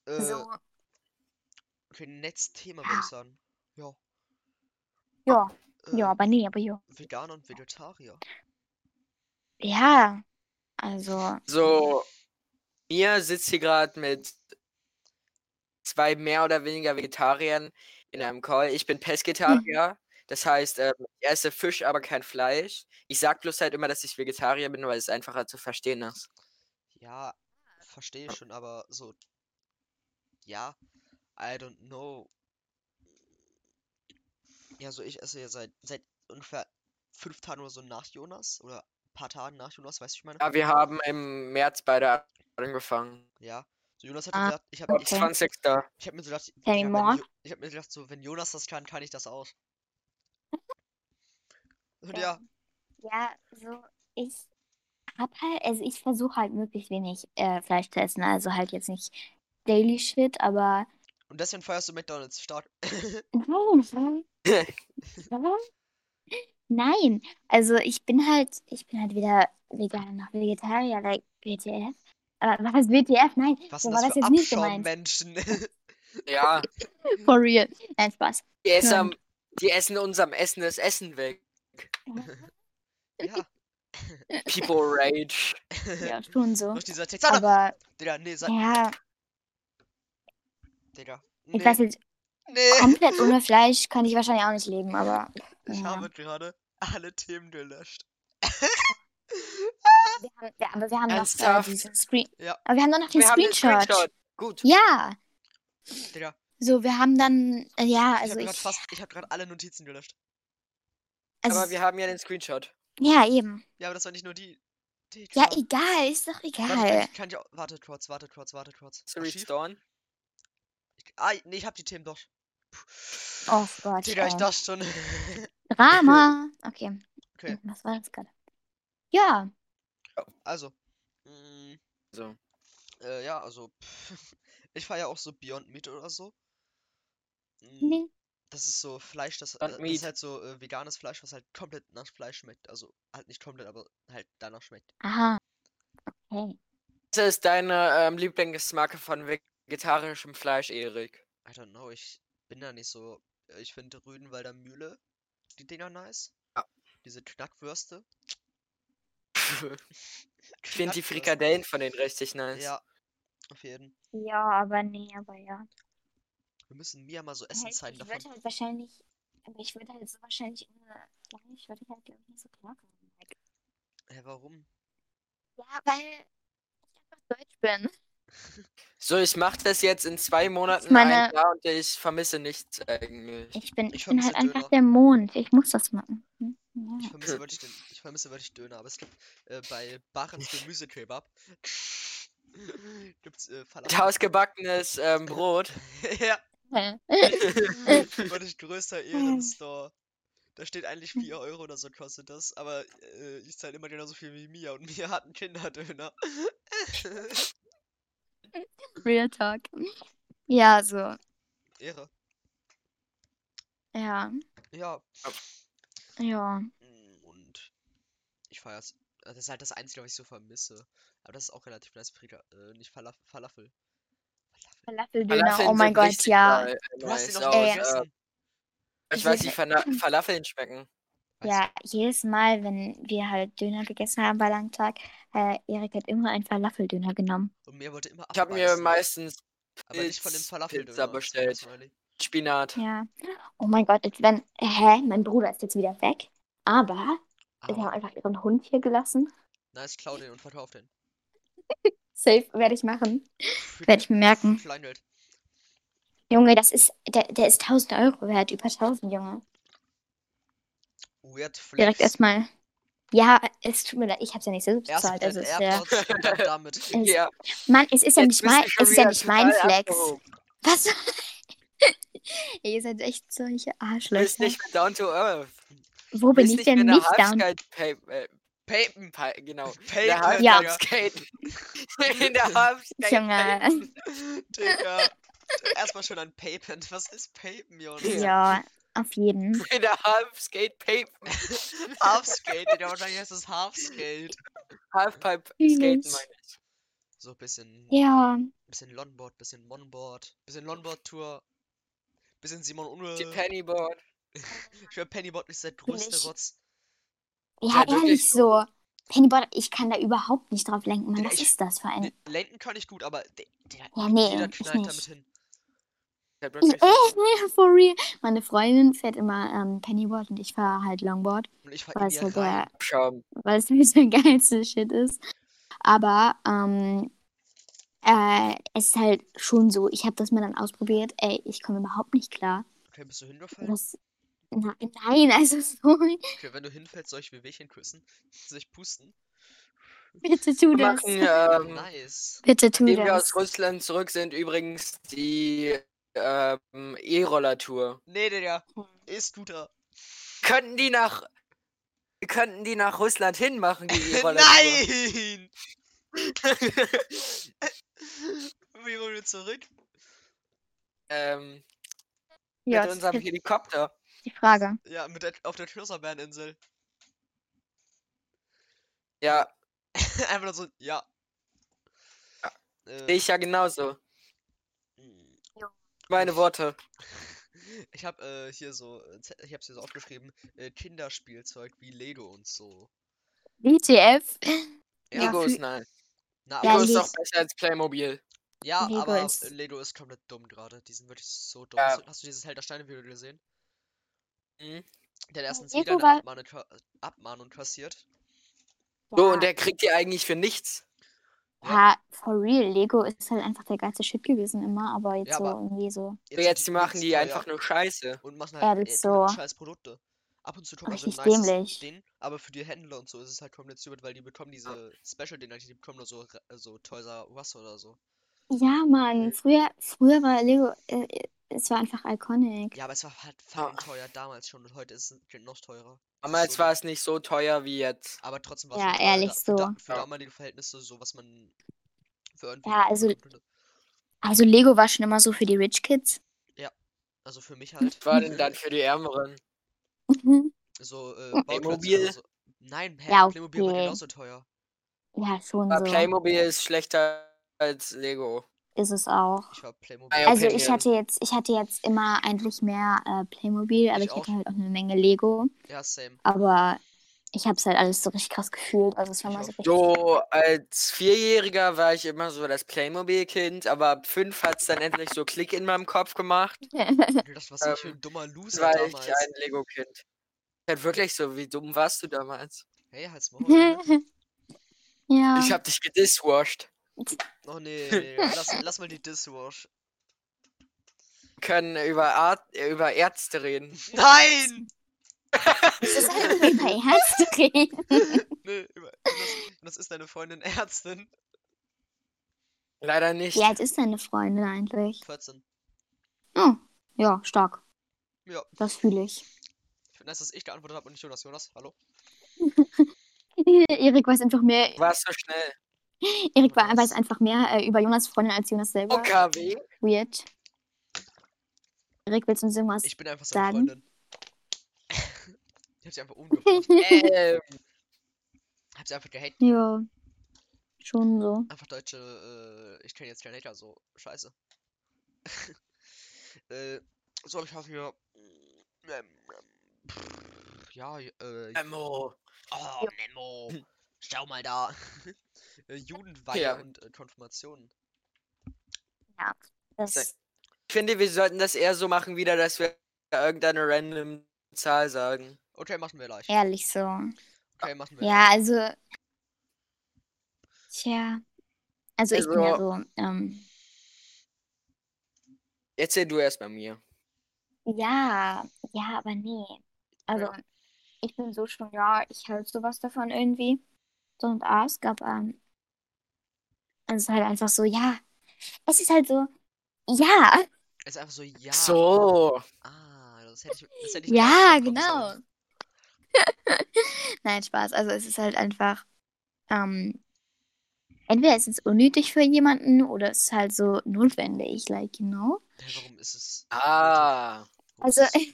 [SPEAKER 1] So,
[SPEAKER 2] äh, okay, next Thema würde ich sagen. Ja.
[SPEAKER 1] Ah. ja,
[SPEAKER 2] Äh,
[SPEAKER 1] ja, aber nee, aber ja.
[SPEAKER 2] Veganer und Vegetarier.
[SPEAKER 1] Ja, also,
[SPEAKER 3] So, mir sitzt hier gerade mit zwei mehr oder weniger Vegetariern in einem Call. Ich bin Pesketarier,
[SPEAKER 1] Mhm.
[SPEAKER 3] das heißt, ähm, ich esse Fisch, aber kein Fleisch. Ich sag bloß halt immer, dass ich Vegetarier bin, weil es einfacher zu verstehen ist.
[SPEAKER 2] Ja, verstehe ich schon, aber so. Ja, I don't know. Ja, so ich esse ja seit seit ungefähr fünf Tagen oder so nach Jonas oder ein paar Tagen nach Jonas, weißt du, ich meine?
[SPEAKER 3] Ja, wir haben im März beide angefangen.
[SPEAKER 2] Ja. So Jonas hat mir
[SPEAKER 1] Ah,
[SPEAKER 2] gesagt, ich habe ich,
[SPEAKER 1] Okay.
[SPEAKER 3] 20.
[SPEAKER 2] ich hab mir so gedacht,
[SPEAKER 1] Tell me
[SPEAKER 2] ja, wenn
[SPEAKER 1] more.
[SPEAKER 2] Jo- ich habe mir gedacht, so wenn Jonas das kann, kann ich das auch. Und
[SPEAKER 1] Ja.
[SPEAKER 2] ja,
[SPEAKER 1] ja, so, ich hab halt, also ich versuche halt möglichst wenig äh, Fleisch zu essen. Also halt jetzt nicht Daily Shit, aber.
[SPEAKER 2] und deswegen feierst du McDonald's stark.
[SPEAKER 1] Nein. Nein, also ich bin halt, ich bin halt weder Veganer noch Vegetarier, like WTF. Aber Äh, was heißt WTF? Nein,
[SPEAKER 2] Was
[SPEAKER 1] so
[SPEAKER 2] sind
[SPEAKER 1] war
[SPEAKER 2] das
[SPEAKER 1] das
[SPEAKER 2] für
[SPEAKER 1] jetzt nicht gemeint.
[SPEAKER 2] Abschaum-Menschen?
[SPEAKER 3] Ja,
[SPEAKER 1] For real. Nein, Spaß.
[SPEAKER 3] die, essen,
[SPEAKER 1] Ja.
[SPEAKER 3] am- die essen unserem Essen das Essen weg.
[SPEAKER 2] Ja.
[SPEAKER 3] People rage.
[SPEAKER 1] Ja, schon so.
[SPEAKER 2] Durch dieser Texaner.
[SPEAKER 1] Aber
[SPEAKER 2] Digga, nee, sei,
[SPEAKER 1] ja,
[SPEAKER 2] Digga.
[SPEAKER 1] ich
[SPEAKER 2] Nee,
[SPEAKER 1] weiß jetzt,
[SPEAKER 2] nee.
[SPEAKER 1] komplett ohne Fleisch kann ich wahrscheinlich auch nicht leben, aber
[SPEAKER 2] Ich
[SPEAKER 1] Ja.
[SPEAKER 2] habe gerade alle Themen gelöscht.
[SPEAKER 1] wir haben, ja, aber wir haben noch äh,
[SPEAKER 3] Ernsthaft?
[SPEAKER 1] diesen Screen.
[SPEAKER 2] Ja.
[SPEAKER 1] Aber wir haben doch noch den
[SPEAKER 3] Wir haben den
[SPEAKER 1] Screenshot.
[SPEAKER 3] Screenshot. Gut.
[SPEAKER 1] Ja,
[SPEAKER 2] Digga,
[SPEAKER 1] so wir haben dann äh, ja,
[SPEAKER 2] ich
[SPEAKER 1] also
[SPEAKER 2] habe
[SPEAKER 1] ich,
[SPEAKER 2] gerade fast, ich habe gerade alle Notizen gelöscht.
[SPEAKER 1] also
[SPEAKER 3] Aber wir haben ja den Screenshot.
[SPEAKER 1] ja eben.
[SPEAKER 2] Ja, aber das war nicht nur die. Digga.
[SPEAKER 1] Ja, egal, ist doch
[SPEAKER 2] Warte,
[SPEAKER 1] egal.
[SPEAKER 2] ich kann ich auch. Warte kurz, warte kurz, warte kurz.
[SPEAKER 3] Sorry,
[SPEAKER 2] Archiv?
[SPEAKER 3] Storn.
[SPEAKER 2] Ich, ah, nee, ich habe die Themen doch.
[SPEAKER 1] Oh Gott,
[SPEAKER 2] Digga, ich
[SPEAKER 1] ey.
[SPEAKER 2] dachte schon.
[SPEAKER 1] Drama. Okay.
[SPEAKER 2] Okay.
[SPEAKER 1] Hm, Was war das gerade? Ja,
[SPEAKER 2] also. mm,
[SPEAKER 3] So.
[SPEAKER 2] äh, ja, also. ich fahre ja auch so Beyond Meat oder so. Mm,
[SPEAKER 1] nee.
[SPEAKER 2] Das ist so Fleisch, das, äh,
[SPEAKER 3] Beyond
[SPEAKER 2] das
[SPEAKER 3] Meat.
[SPEAKER 2] ist halt so äh, veganes Fleisch, was halt komplett nach Fleisch schmeckt. Also halt nicht komplett, aber halt danach schmeckt.
[SPEAKER 1] Aha. Okay.
[SPEAKER 3] Was ist deine ähm, Lieblingsmarke von vegetarischem Fleisch, Erik?
[SPEAKER 2] I don't know, ich bin da nicht so. äh, Ich finde Rügenwalder Mühle, die Dinger nice.
[SPEAKER 3] Ja.
[SPEAKER 2] Diese Knackwürste.
[SPEAKER 3] ich finde die
[SPEAKER 2] Knackwürste.
[SPEAKER 3] Frikadellen von denen richtig nice.
[SPEAKER 2] Ja, auf jeden.
[SPEAKER 1] Ja, aber nee, aber ja.
[SPEAKER 2] Wir müssen Mia mal so Essen
[SPEAKER 1] Halt,
[SPEAKER 2] zeigen
[SPEAKER 1] ich
[SPEAKER 2] davon.
[SPEAKER 1] würde halt wahrscheinlich, aber ich würde halt so wahrscheinlich ohne Fleisch, würde ich halt, glaube ich, nicht so klarkommen. Like,
[SPEAKER 2] Hä, warum?
[SPEAKER 1] Ja, weil ich einfach deutsch bin.
[SPEAKER 3] So, ich mache das jetzt in zwei Monaten
[SPEAKER 1] meine-
[SPEAKER 3] ein Jahr und ich vermisse nichts eigentlich.
[SPEAKER 1] Ich bin,
[SPEAKER 2] Ich
[SPEAKER 1] ich bin halt
[SPEAKER 2] vermisse Döner.
[SPEAKER 1] einfach der Mond. Ich muss das machen. Hm,
[SPEAKER 2] Ich
[SPEAKER 1] Ja.
[SPEAKER 2] vermisse wirklich, den, ich vermisse wirklich Döner, aber es gibt äh, bei Barents Gemüsekebab gibt's äh,
[SPEAKER 3] Mit Hausgebackenes ähm, Brot.
[SPEAKER 2] ja, wirklich
[SPEAKER 1] Ah.
[SPEAKER 2] größter Ehrenstore. Da steht eigentlich
[SPEAKER 1] Hm.
[SPEAKER 2] 4 Euro oder so kostet das, aber äh, ich zahle immer genauso viel wie Mia und Mia hat einen Kinderdöner.
[SPEAKER 1] Real Talk. Ja, so.
[SPEAKER 2] Ehre.
[SPEAKER 1] Ja.
[SPEAKER 2] Ja.
[SPEAKER 1] Ja.
[SPEAKER 2] Mm, Und ich feiere es. Das ist halt das Einzige, was ich so vermisse. Aber das ist auch relativ nice. Frika, äh, nicht Falafel. Falafel. Falafel.
[SPEAKER 1] Falafeldöner,
[SPEAKER 3] Falafeln
[SPEAKER 1] oh mein
[SPEAKER 3] sind
[SPEAKER 1] Gott,
[SPEAKER 3] richtig
[SPEAKER 1] ja.
[SPEAKER 3] geil, äh,
[SPEAKER 2] Du hast den
[SPEAKER 3] nice
[SPEAKER 2] noch
[SPEAKER 3] aus.
[SPEAKER 2] nicht
[SPEAKER 1] Ey.
[SPEAKER 3] Äh,
[SPEAKER 2] gegessen.
[SPEAKER 3] ich
[SPEAKER 1] Ich
[SPEAKER 3] weiß,
[SPEAKER 1] will-
[SPEAKER 3] wie Fana Falafeln schmecken.
[SPEAKER 2] Weiß
[SPEAKER 1] Ja, jedes Mal, wenn wir halt Döner gegessen haben bei Langtag, äh, Erik hat immer einen Falafeldöner genommen.
[SPEAKER 2] Und mir wollte immer
[SPEAKER 3] Ich habe mir
[SPEAKER 2] abbeißen.
[SPEAKER 3] meistens
[SPEAKER 2] Aber nicht von dem
[SPEAKER 3] Pizz-
[SPEAKER 2] Falafel-Döner.
[SPEAKER 3] Pizza
[SPEAKER 2] das
[SPEAKER 3] bestellt.
[SPEAKER 2] ist neulich.
[SPEAKER 3] Spinat.
[SPEAKER 1] Ja. Oh mein Gott, jetzt wenn. Hä? Mein Bruder ist jetzt wieder weg. Aber sie haben
[SPEAKER 2] Aber,
[SPEAKER 1] einfach ihren Hund hier gelassen.
[SPEAKER 2] Ah, nice, klau den und verkauf den.
[SPEAKER 1] Safe werde ich machen. Werde ich mir merken.
[SPEAKER 2] Kleinwelt.
[SPEAKER 1] Junge, das ist. Der, der ist 1000 Euro wert. Über 1000, Junge.
[SPEAKER 2] Weird Flex.
[SPEAKER 1] Direkt erstmal. Ja, es tut mir leid. Ich habe ja nicht selbst
[SPEAKER 2] Erst
[SPEAKER 1] bezahlt.
[SPEAKER 2] mit
[SPEAKER 1] Also
[SPEAKER 2] den
[SPEAKER 1] es ist ja.
[SPEAKER 2] AirPods und dann damit.
[SPEAKER 1] Es,
[SPEAKER 3] Ja,
[SPEAKER 1] Mann, es ist ja nicht
[SPEAKER 3] jetzt bist du
[SPEAKER 1] mein,
[SPEAKER 3] schon
[SPEAKER 1] es ist ja
[SPEAKER 3] wieder
[SPEAKER 1] nicht mein
[SPEAKER 3] total
[SPEAKER 1] Flex.
[SPEAKER 3] abgehoben.
[SPEAKER 1] Was? Ey, Ihr seid echt solche
[SPEAKER 3] Du bist
[SPEAKER 1] Arschlöcher.
[SPEAKER 3] nicht mehr down to earth.
[SPEAKER 1] Wo bin ich denn nicht down?
[SPEAKER 3] Pay,
[SPEAKER 2] Papen.
[SPEAKER 3] Pay, äh, genau. In der
[SPEAKER 2] Papen.
[SPEAKER 3] Half
[SPEAKER 1] Ja.
[SPEAKER 3] Skate. In der Half Skate.
[SPEAKER 1] Junge.
[SPEAKER 2] Digga. Erstmal schön ein Papen. Was ist Papen, Junge?
[SPEAKER 1] Ja, auf jeden.
[SPEAKER 3] In der Half Skate Papen.
[SPEAKER 2] Halfskate, Digga. Wahrscheinlich heißt es Halfskate.
[SPEAKER 3] Half Pipe
[SPEAKER 1] Fühl
[SPEAKER 3] Skaten
[SPEAKER 1] ich.
[SPEAKER 3] meine ich.
[SPEAKER 2] So ein bisschen,
[SPEAKER 1] Ja,
[SPEAKER 2] bisschen Longboard, bisschen Monboard, bisschen Longboard-Tour, bisschen Simon
[SPEAKER 3] Die
[SPEAKER 2] Unruhe.
[SPEAKER 3] Pennyboard.
[SPEAKER 2] Ich höre Pennyboard ist der größte
[SPEAKER 1] Nicht.
[SPEAKER 2] Rotz.
[SPEAKER 1] ja,
[SPEAKER 3] wirklich
[SPEAKER 1] ehrlich
[SPEAKER 3] gut.
[SPEAKER 1] so. Pennyboard, ich kann da überhaupt nicht drauf lenken, Mann.
[SPEAKER 2] Digga,
[SPEAKER 1] Was
[SPEAKER 2] ich-
[SPEAKER 1] ist das für ein.
[SPEAKER 2] Nee, Lenken kann ich gut, aber der, der,
[SPEAKER 1] Ja, nee,
[SPEAKER 2] jeder
[SPEAKER 1] ich
[SPEAKER 2] knallt damit
[SPEAKER 1] nicht.
[SPEAKER 2] hin.
[SPEAKER 3] Der hat
[SPEAKER 1] Ich,
[SPEAKER 3] wirklich-
[SPEAKER 1] echt, nee, for real. Meine Freundin fährt immer ähm, Pennyboard und ich fahre halt Longboard,
[SPEAKER 2] Und ich fahre
[SPEAKER 1] weil
[SPEAKER 2] in
[SPEAKER 1] es
[SPEAKER 2] ihr
[SPEAKER 1] so
[SPEAKER 2] rein.
[SPEAKER 1] der,
[SPEAKER 3] Schaum.
[SPEAKER 1] weil es mir so der geilste Shit ist. Aber ähm, äh, es ist halt schon so, ich habe das mal dann ausprobiert, ey, ich komme überhaupt nicht klar.
[SPEAKER 2] Okay, bist du hingefallen?
[SPEAKER 1] Das, nein, nein, also sorry,
[SPEAKER 2] Okay, wenn du hinfällst, soll ich Wehwehchen küssen? Soll ich pusten?
[SPEAKER 1] bitte tu
[SPEAKER 3] Wir
[SPEAKER 1] das.
[SPEAKER 3] machen, ähm,
[SPEAKER 2] Nice.
[SPEAKER 1] Bitte tu
[SPEAKER 3] Nachdem wir aus
[SPEAKER 1] das.
[SPEAKER 3] Russland zurück sind, übrigens die ähm, E-Roller-Tour.
[SPEAKER 2] Nee, Digga.
[SPEAKER 1] Hm.
[SPEAKER 2] Ist guter.
[SPEAKER 3] Könnten die nach. Könnten die nach Russland hinmachen, die E-Roller-Tour?
[SPEAKER 2] Nein! Wir wollen zurück.
[SPEAKER 3] ähm,
[SPEAKER 1] Ja,
[SPEAKER 3] mit
[SPEAKER 1] das
[SPEAKER 3] unserem
[SPEAKER 1] ist
[SPEAKER 3] Helikopter.
[SPEAKER 1] die Frage.
[SPEAKER 2] Ja, mit der, auf der Klosterbeereninsel.
[SPEAKER 3] Ja,
[SPEAKER 2] Einfach nur so, ja.
[SPEAKER 3] sehe
[SPEAKER 2] Äh,
[SPEAKER 3] ich ja genauso.
[SPEAKER 2] mm.
[SPEAKER 3] Meine Worte.
[SPEAKER 2] Ich habe äh, hier so, äh, Z- ich habe hier so aufgeschrieben, äh, Kinderspielzeug wie Lego und so.
[SPEAKER 1] WTF? Ja,
[SPEAKER 3] Lego ist
[SPEAKER 1] für-
[SPEAKER 3] nein.
[SPEAKER 2] Na,
[SPEAKER 1] Ja,
[SPEAKER 3] Lego
[SPEAKER 2] aber,
[SPEAKER 3] ist
[SPEAKER 1] Leg-
[SPEAKER 3] doch besser als Playmobil.
[SPEAKER 2] ja,
[SPEAKER 1] Lego
[SPEAKER 2] aber
[SPEAKER 1] ist-
[SPEAKER 2] äh, Lego ist komplett dumm gerade. Die sind wirklich so dumm.
[SPEAKER 3] Ja.
[SPEAKER 2] Hast, du- hast du dieses Held der Steine-Video gesehen?
[SPEAKER 3] Mhm.
[SPEAKER 2] Der hat erstens
[SPEAKER 1] Lego
[SPEAKER 2] wieder eine
[SPEAKER 1] war-
[SPEAKER 2] Abmahnung, ka- Abmahnung kassiert.
[SPEAKER 3] So, und der kriegt die eigentlich für nichts.
[SPEAKER 1] ja, for real, Lego ist halt einfach der geilste Shit gewesen immer, aber jetzt
[SPEAKER 2] Ja,
[SPEAKER 1] so
[SPEAKER 2] aber-
[SPEAKER 1] irgendwie so.
[SPEAKER 3] So, jetzt die machen die
[SPEAKER 2] übelst
[SPEAKER 3] einfach
[SPEAKER 2] teuer
[SPEAKER 3] nur Scheiße.
[SPEAKER 2] und machen
[SPEAKER 1] Ja,
[SPEAKER 2] halt
[SPEAKER 1] das
[SPEAKER 2] äh,
[SPEAKER 1] ist
[SPEAKER 2] die machen
[SPEAKER 1] so.
[SPEAKER 2] scheiß Produkte. Ab und zu kommt also ein
[SPEAKER 1] Richtig
[SPEAKER 2] nices
[SPEAKER 1] dämlich.
[SPEAKER 2] Ding, aber für die Händler und so ist es halt komplett stupid, weil die bekommen diese Special-Dinger, die bekommen nur so, ra- so teurer was oder so.
[SPEAKER 1] Ja, Mann, früher, früher war Lego, äh, äh, es war einfach iconic.
[SPEAKER 2] Ja, aber es war halt fucking teuer damals schon und heute ist es noch teurer. Das ist
[SPEAKER 3] Damals
[SPEAKER 2] so
[SPEAKER 3] war
[SPEAKER 2] dumm.
[SPEAKER 3] es nicht so teuer wie jetzt.
[SPEAKER 2] Aber trotzdem war es
[SPEAKER 1] Ja,
[SPEAKER 2] schon teuer
[SPEAKER 1] ehrlich
[SPEAKER 2] für, da,
[SPEAKER 1] so.
[SPEAKER 2] für
[SPEAKER 3] Ja.
[SPEAKER 2] damalige Verhältnisse, so was man für irgendwie
[SPEAKER 1] Ja, also-
[SPEAKER 2] bekommen könnte.
[SPEAKER 1] Also Lego war schon immer so für die Rich Kids.
[SPEAKER 2] Also für mich halt.
[SPEAKER 3] Was war denn dann für die Ärmeren?
[SPEAKER 2] So, äh, Bauklötze
[SPEAKER 1] Mhm.
[SPEAKER 2] oder
[SPEAKER 3] Playmobil?
[SPEAKER 2] so. Nein, hä,
[SPEAKER 1] Ja,
[SPEAKER 2] Playmobil war
[SPEAKER 1] okay.
[SPEAKER 2] genauso teuer.
[SPEAKER 1] Ja, schon
[SPEAKER 3] Aber
[SPEAKER 1] so
[SPEAKER 3] Playmobil ist schlechter als Lego.
[SPEAKER 1] ist es auch.
[SPEAKER 2] Ich war Playmobil.
[SPEAKER 3] Naja,
[SPEAKER 1] Also
[SPEAKER 3] okay,
[SPEAKER 1] ich
[SPEAKER 3] Ah, ja.
[SPEAKER 1] hatte jetzt, ich hatte jetzt immer eigentlich mehr äh, Playmobil, aber
[SPEAKER 2] Ich
[SPEAKER 1] ich hatte
[SPEAKER 2] auch.
[SPEAKER 1] halt auch eine Menge Lego.
[SPEAKER 2] Ja, same.
[SPEAKER 1] Aber ich habe es halt alles so richtig krass gefühlt. Also es war
[SPEAKER 2] Ich
[SPEAKER 1] mal
[SPEAKER 2] auch.
[SPEAKER 1] so richtig.
[SPEAKER 3] So, als Vierjähriger war ich immer so das Playmobil-Kind, aber ab fünf hat es dann endlich so Klick in meinem Kopf gemacht.
[SPEAKER 1] Also
[SPEAKER 2] Und Das war so
[SPEAKER 3] Ähm,
[SPEAKER 2] für ein dummer Loser
[SPEAKER 3] war ich
[SPEAKER 2] damals.
[SPEAKER 3] ein Lego-Kind. Halt wirklich so, wie dumm warst du damals?
[SPEAKER 2] Hey, halt's Maul. ne?
[SPEAKER 1] Ja.
[SPEAKER 3] Ich hab dich gediswashed.
[SPEAKER 2] Oh nee, nee, ja, lass, lass mal die Diswash.
[SPEAKER 3] Wir können über, Ar äh, über Ärzte reden.
[SPEAKER 2] Nein!
[SPEAKER 1] Das ist halt irgendwie bei Ärzte reden.
[SPEAKER 2] Nee, über, das, das ist deine Freundin Ärztin.
[SPEAKER 3] Leider nicht.
[SPEAKER 1] Wie alt ist deine Freundin eigentlich?
[SPEAKER 2] 14.
[SPEAKER 1] Oh, ja, stark.
[SPEAKER 2] Ja.
[SPEAKER 1] Das fühle ich.
[SPEAKER 2] Ich finde nice, dass ich geantwortet habe und nicht Jonas. Jonas, hallo?
[SPEAKER 1] Erik weiß einfach mehr.
[SPEAKER 3] War so schnell.
[SPEAKER 1] Erik war- weiß einfach mehr äh, über Jonas Freundin als Jonas selber.
[SPEAKER 3] OKW?
[SPEAKER 1] Weird. Erik, willst du uns irgendwas?
[SPEAKER 2] Ich bin einfach seine
[SPEAKER 1] Dann-
[SPEAKER 2] Freundin. Ich hab sie einfach umgebracht.
[SPEAKER 3] Ähm,
[SPEAKER 2] Hab sie einfach gehatet.
[SPEAKER 1] Ja. Schon so.
[SPEAKER 2] Einfach deutsche, äh, ich kenne jetzt keinen Hater, so scheiße. äh, so, ich habe hier. Ähm, ähm, pff, ja, äh.
[SPEAKER 3] Memo.
[SPEAKER 2] Oh, Memo! Schau mal da! äh, Judenweihe
[SPEAKER 3] Ja.
[SPEAKER 2] und äh, Konfirmationen.
[SPEAKER 1] Ja. Das,
[SPEAKER 3] Ich finde, wir sollten das eher so machen wieder, dass wir irgendeine random Zahl sagen.
[SPEAKER 2] Okay, machen wir gleich.
[SPEAKER 1] ehrlich so.
[SPEAKER 2] Okay, machen wir gleich.
[SPEAKER 1] Ja, also. Tja. Also ich bin ja so. Ähm,
[SPEAKER 3] Jetzt seh du erst bei mir.
[SPEAKER 1] ja, ja, aber nee. Also ich bin so schon, ja, ich halte sowas davon irgendwie. So und ask, aber. ähm, Es ist halt einfach so, ja. Es ist halt so, ja.
[SPEAKER 2] Es ist einfach so, ja.
[SPEAKER 3] So.
[SPEAKER 2] Ah, das hätte ich, das hätte ich
[SPEAKER 1] Ja,
[SPEAKER 2] drauf kommen
[SPEAKER 1] genau.
[SPEAKER 2] sollen.
[SPEAKER 1] Nein, Spaß. Also es ist halt einfach, ähm, entweder es ist unnötig für jemanden oder es ist halt so notwendig, like, you know?
[SPEAKER 2] Hä, warum ist es. unnötig?
[SPEAKER 3] Ah.
[SPEAKER 2] Warum
[SPEAKER 1] Also,
[SPEAKER 2] ist es,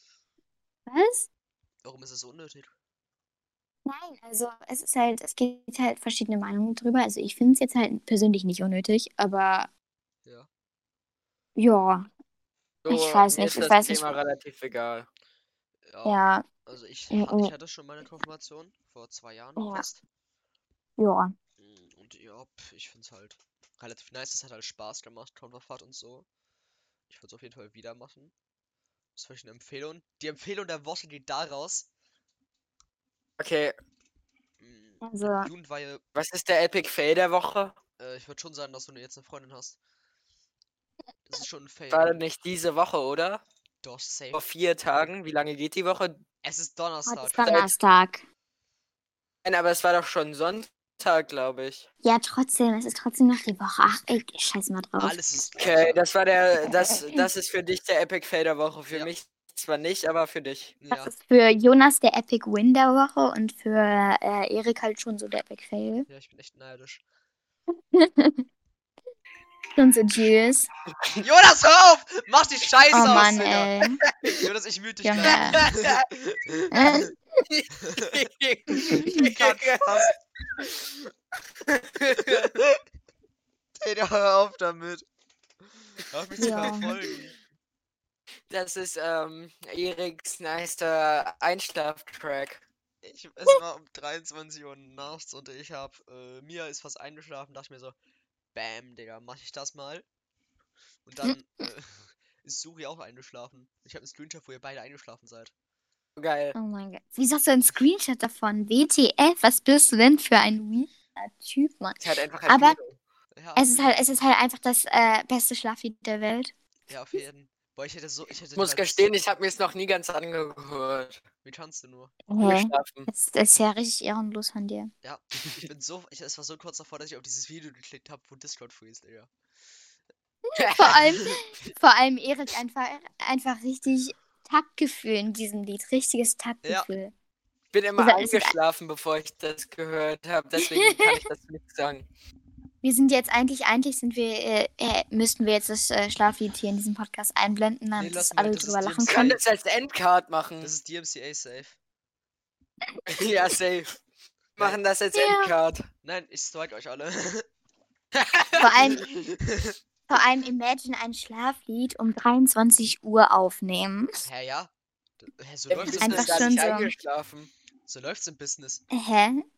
[SPEAKER 1] was?
[SPEAKER 2] warum ist es so unnötig?
[SPEAKER 1] Nein, also es ist halt, es gibt halt verschiedene Meinungen drüber. Also ich finde es jetzt halt persönlich nicht unnötig, aber
[SPEAKER 2] Ja.
[SPEAKER 1] ja,
[SPEAKER 3] So,
[SPEAKER 1] Ich weiß
[SPEAKER 3] mir
[SPEAKER 1] nicht,
[SPEAKER 3] ist
[SPEAKER 1] ich
[SPEAKER 3] das
[SPEAKER 1] weiß nicht,
[SPEAKER 3] Thema relativ egal.
[SPEAKER 2] Ja.
[SPEAKER 1] ja,
[SPEAKER 2] Also ich,
[SPEAKER 1] Ja,
[SPEAKER 2] ha- ich
[SPEAKER 1] oh.
[SPEAKER 2] hatte schon meine Konfirmation vor zwei Jahren
[SPEAKER 1] Ja.
[SPEAKER 2] fast.
[SPEAKER 1] ja,
[SPEAKER 2] Mm, Und ja, pf, ich find's halt relativ nice. Es hat halt Spaß gemacht, Konterfahrt und so. Ich würde es auf jeden Fall wieder machen. Das ist vielleicht eine Empfehlung. Die Empfehlung der Woche geht daraus.
[SPEAKER 3] Okay,
[SPEAKER 2] Mm,
[SPEAKER 1] also
[SPEAKER 2] Jugendweihe,
[SPEAKER 3] was ist der Epic Fail der Woche?
[SPEAKER 2] äh, ich würde schon sagen, dass du jetzt eine Freundin hast. Das ist schon ein Fail.
[SPEAKER 3] War das nicht diese Woche, oder?
[SPEAKER 2] Doch, safe.
[SPEAKER 3] Vor vier Tagen. Wie lange geht die Woche?
[SPEAKER 2] Es ist
[SPEAKER 1] heute ist
[SPEAKER 2] Donnerstag.
[SPEAKER 1] Donnerstag.
[SPEAKER 3] Nein, aber es war doch schon Sonntag, glaube ich.
[SPEAKER 1] Ja, trotzdem, es ist trotzdem noch die Woche. Ach, ey, ich scheiß mal drauf.
[SPEAKER 2] Alles ist
[SPEAKER 3] Okay,
[SPEAKER 2] Sonntag.
[SPEAKER 3] das war der, das, das ist für dich der Epic Fail der Woche. Für
[SPEAKER 2] Ja.
[SPEAKER 3] mich zwar nicht, aber für dich.
[SPEAKER 1] Das
[SPEAKER 2] Ja,
[SPEAKER 1] ist für Jonas der Epic Win der Woche und für äh, Erik halt schon so der Epic Fail.
[SPEAKER 2] ja, ich bin echt neidisch.
[SPEAKER 1] Schon so Juice.
[SPEAKER 2] Jonas, hör auf! Mach die Scheiße
[SPEAKER 1] Oh
[SPEAKER 2] aus,
[SPEAKER 1] Mann,
[SPEAKER 2] Digga!
[SPEAKER 1] ey.
[SPEAKER 2] Jonas, ich müde dich
[SPEAKER 1] Junge.
[SPEAKER 2] gleich.
[SPEAKER 1] Äh,
[SPEAKER 2] Digga, hör auf damit. Hör auf mich zu
[SPEAKER 1] Ja.
[SPEAKER 2] verfolgen.
[SPEAKER 3] Das ist ähm, Eriks nicer Einschlaftrack.
[SPEAKER 2] Ich, es war um 23 Uhr nachts und ich hab, äh, Mia ist fast eingeschlafen, dachte mir so, bam, Digga, mach ich das mal. Und dann, äh, ist Suri auch eingeschlafen. Ich habe einen Screenshot, wo ihr beide eingeschlafen seid.
[SPEAKER 3] Geil.
[SPEAKER 1] oh mein Gott. Wieso hast du einen Screenshot davon? WTF, was bist du denn für ein weirder Typ, Mann?
[SPEAKER 3] Ist halt einfach
[SPEAKER 1] Aber-
[SPEAKER 3] Alpino.
[SPEAKER 2] Ja,
[SPEAKER 1] Es ist halt, es ist halt einfach das äh, beste Schlaflied der Welt.
[SPEAKER 2] ja, auf jeden. Boah, ich hätte so, ich hätte
[SPEAKER 3] Ich muss
[SPEAKER 2] teilweise-
[SPEAKER 3] gestehen, ich habe mir es noch nie ganz angehört.
[SPEAKER 2] Wie kannst du nur?
[SPEAKER 1] Hä?
[SPEAKER 3] Geschlafen.
[SPEAKER 1] Das, das ist ja richtig ehrenlos von dir.
[SPEAKER 2] Ja, ich bin so, ich, es war so kurz davor, dass ich auf dieses Video geklickt habe, wo Discord freeze, Digga.
[SPEAKER 1] Vor allem, vor allem Erik einfach, einfach richtig Taktgefühl in diesem Lied. Richtiges Taktgefühl.
[SPEAKER 3] Ich bin immer
[SPEAKER 1] Also, es ist-
[SPEAKER 3] eingeschlafen, bevor ich das gehört habe. Deswegen kann ich das nicht sagen.
[SPEAKER 1] Wir sind jetzt eigentlich, eigentlich sind wir, äh, äh, müssten wir jetzt das äh, Schlaflied hier in diesem Podcast einblenden, damit
[SPEAKER 2] lass
[SPEAKER 1] das
[SPEAKER 2] mal,
[SPEAKER 1] alle
[SPEAKER 2] das ist
[SPEAKER 1] drüber
[SPEAKER 2] die
[SPEAKER 1] lachen
[SPEAKER 3] Ich
[SPEAKER 2] Zeit.
[SPEAKER 3] kann
[SPEAKER 1] können.
[SPEAKER 3] das als Endcard machen.
[SPEAKER 2] Das ist DMCA safe.
[SPEAKER 3] ja, safe. Wir machen das als
[SPEAKER 1] Ja.
[SPEAKER 3] Endcard.
[SPEAKER 2] Nein, ich strike euch alle.
[SPEAKER 1] Vor allem, vor allem Imagine ein Schlaflied um 23 Uhr aufnehmen.
[SPEAKER 2] Hä, ja? D- Hä, so
[SPEAKER 3] Ja, wir
[SPEAKER 2] läuft's
[SPEAKER 3] sind
[SPEAKER 2] im
[SPEAKER 1] einfach
[SPEAKER 3] gar
[SPEAKER 1] schon
[SPEAKER 2] Business.
[SPEAKER 3] nicht
[SPEAKER 1] so.
[SPEAKER 3] eingeschlafen.
[SPEAKER 2] So läuft's im Business.
[SPEAKER 1] Hä?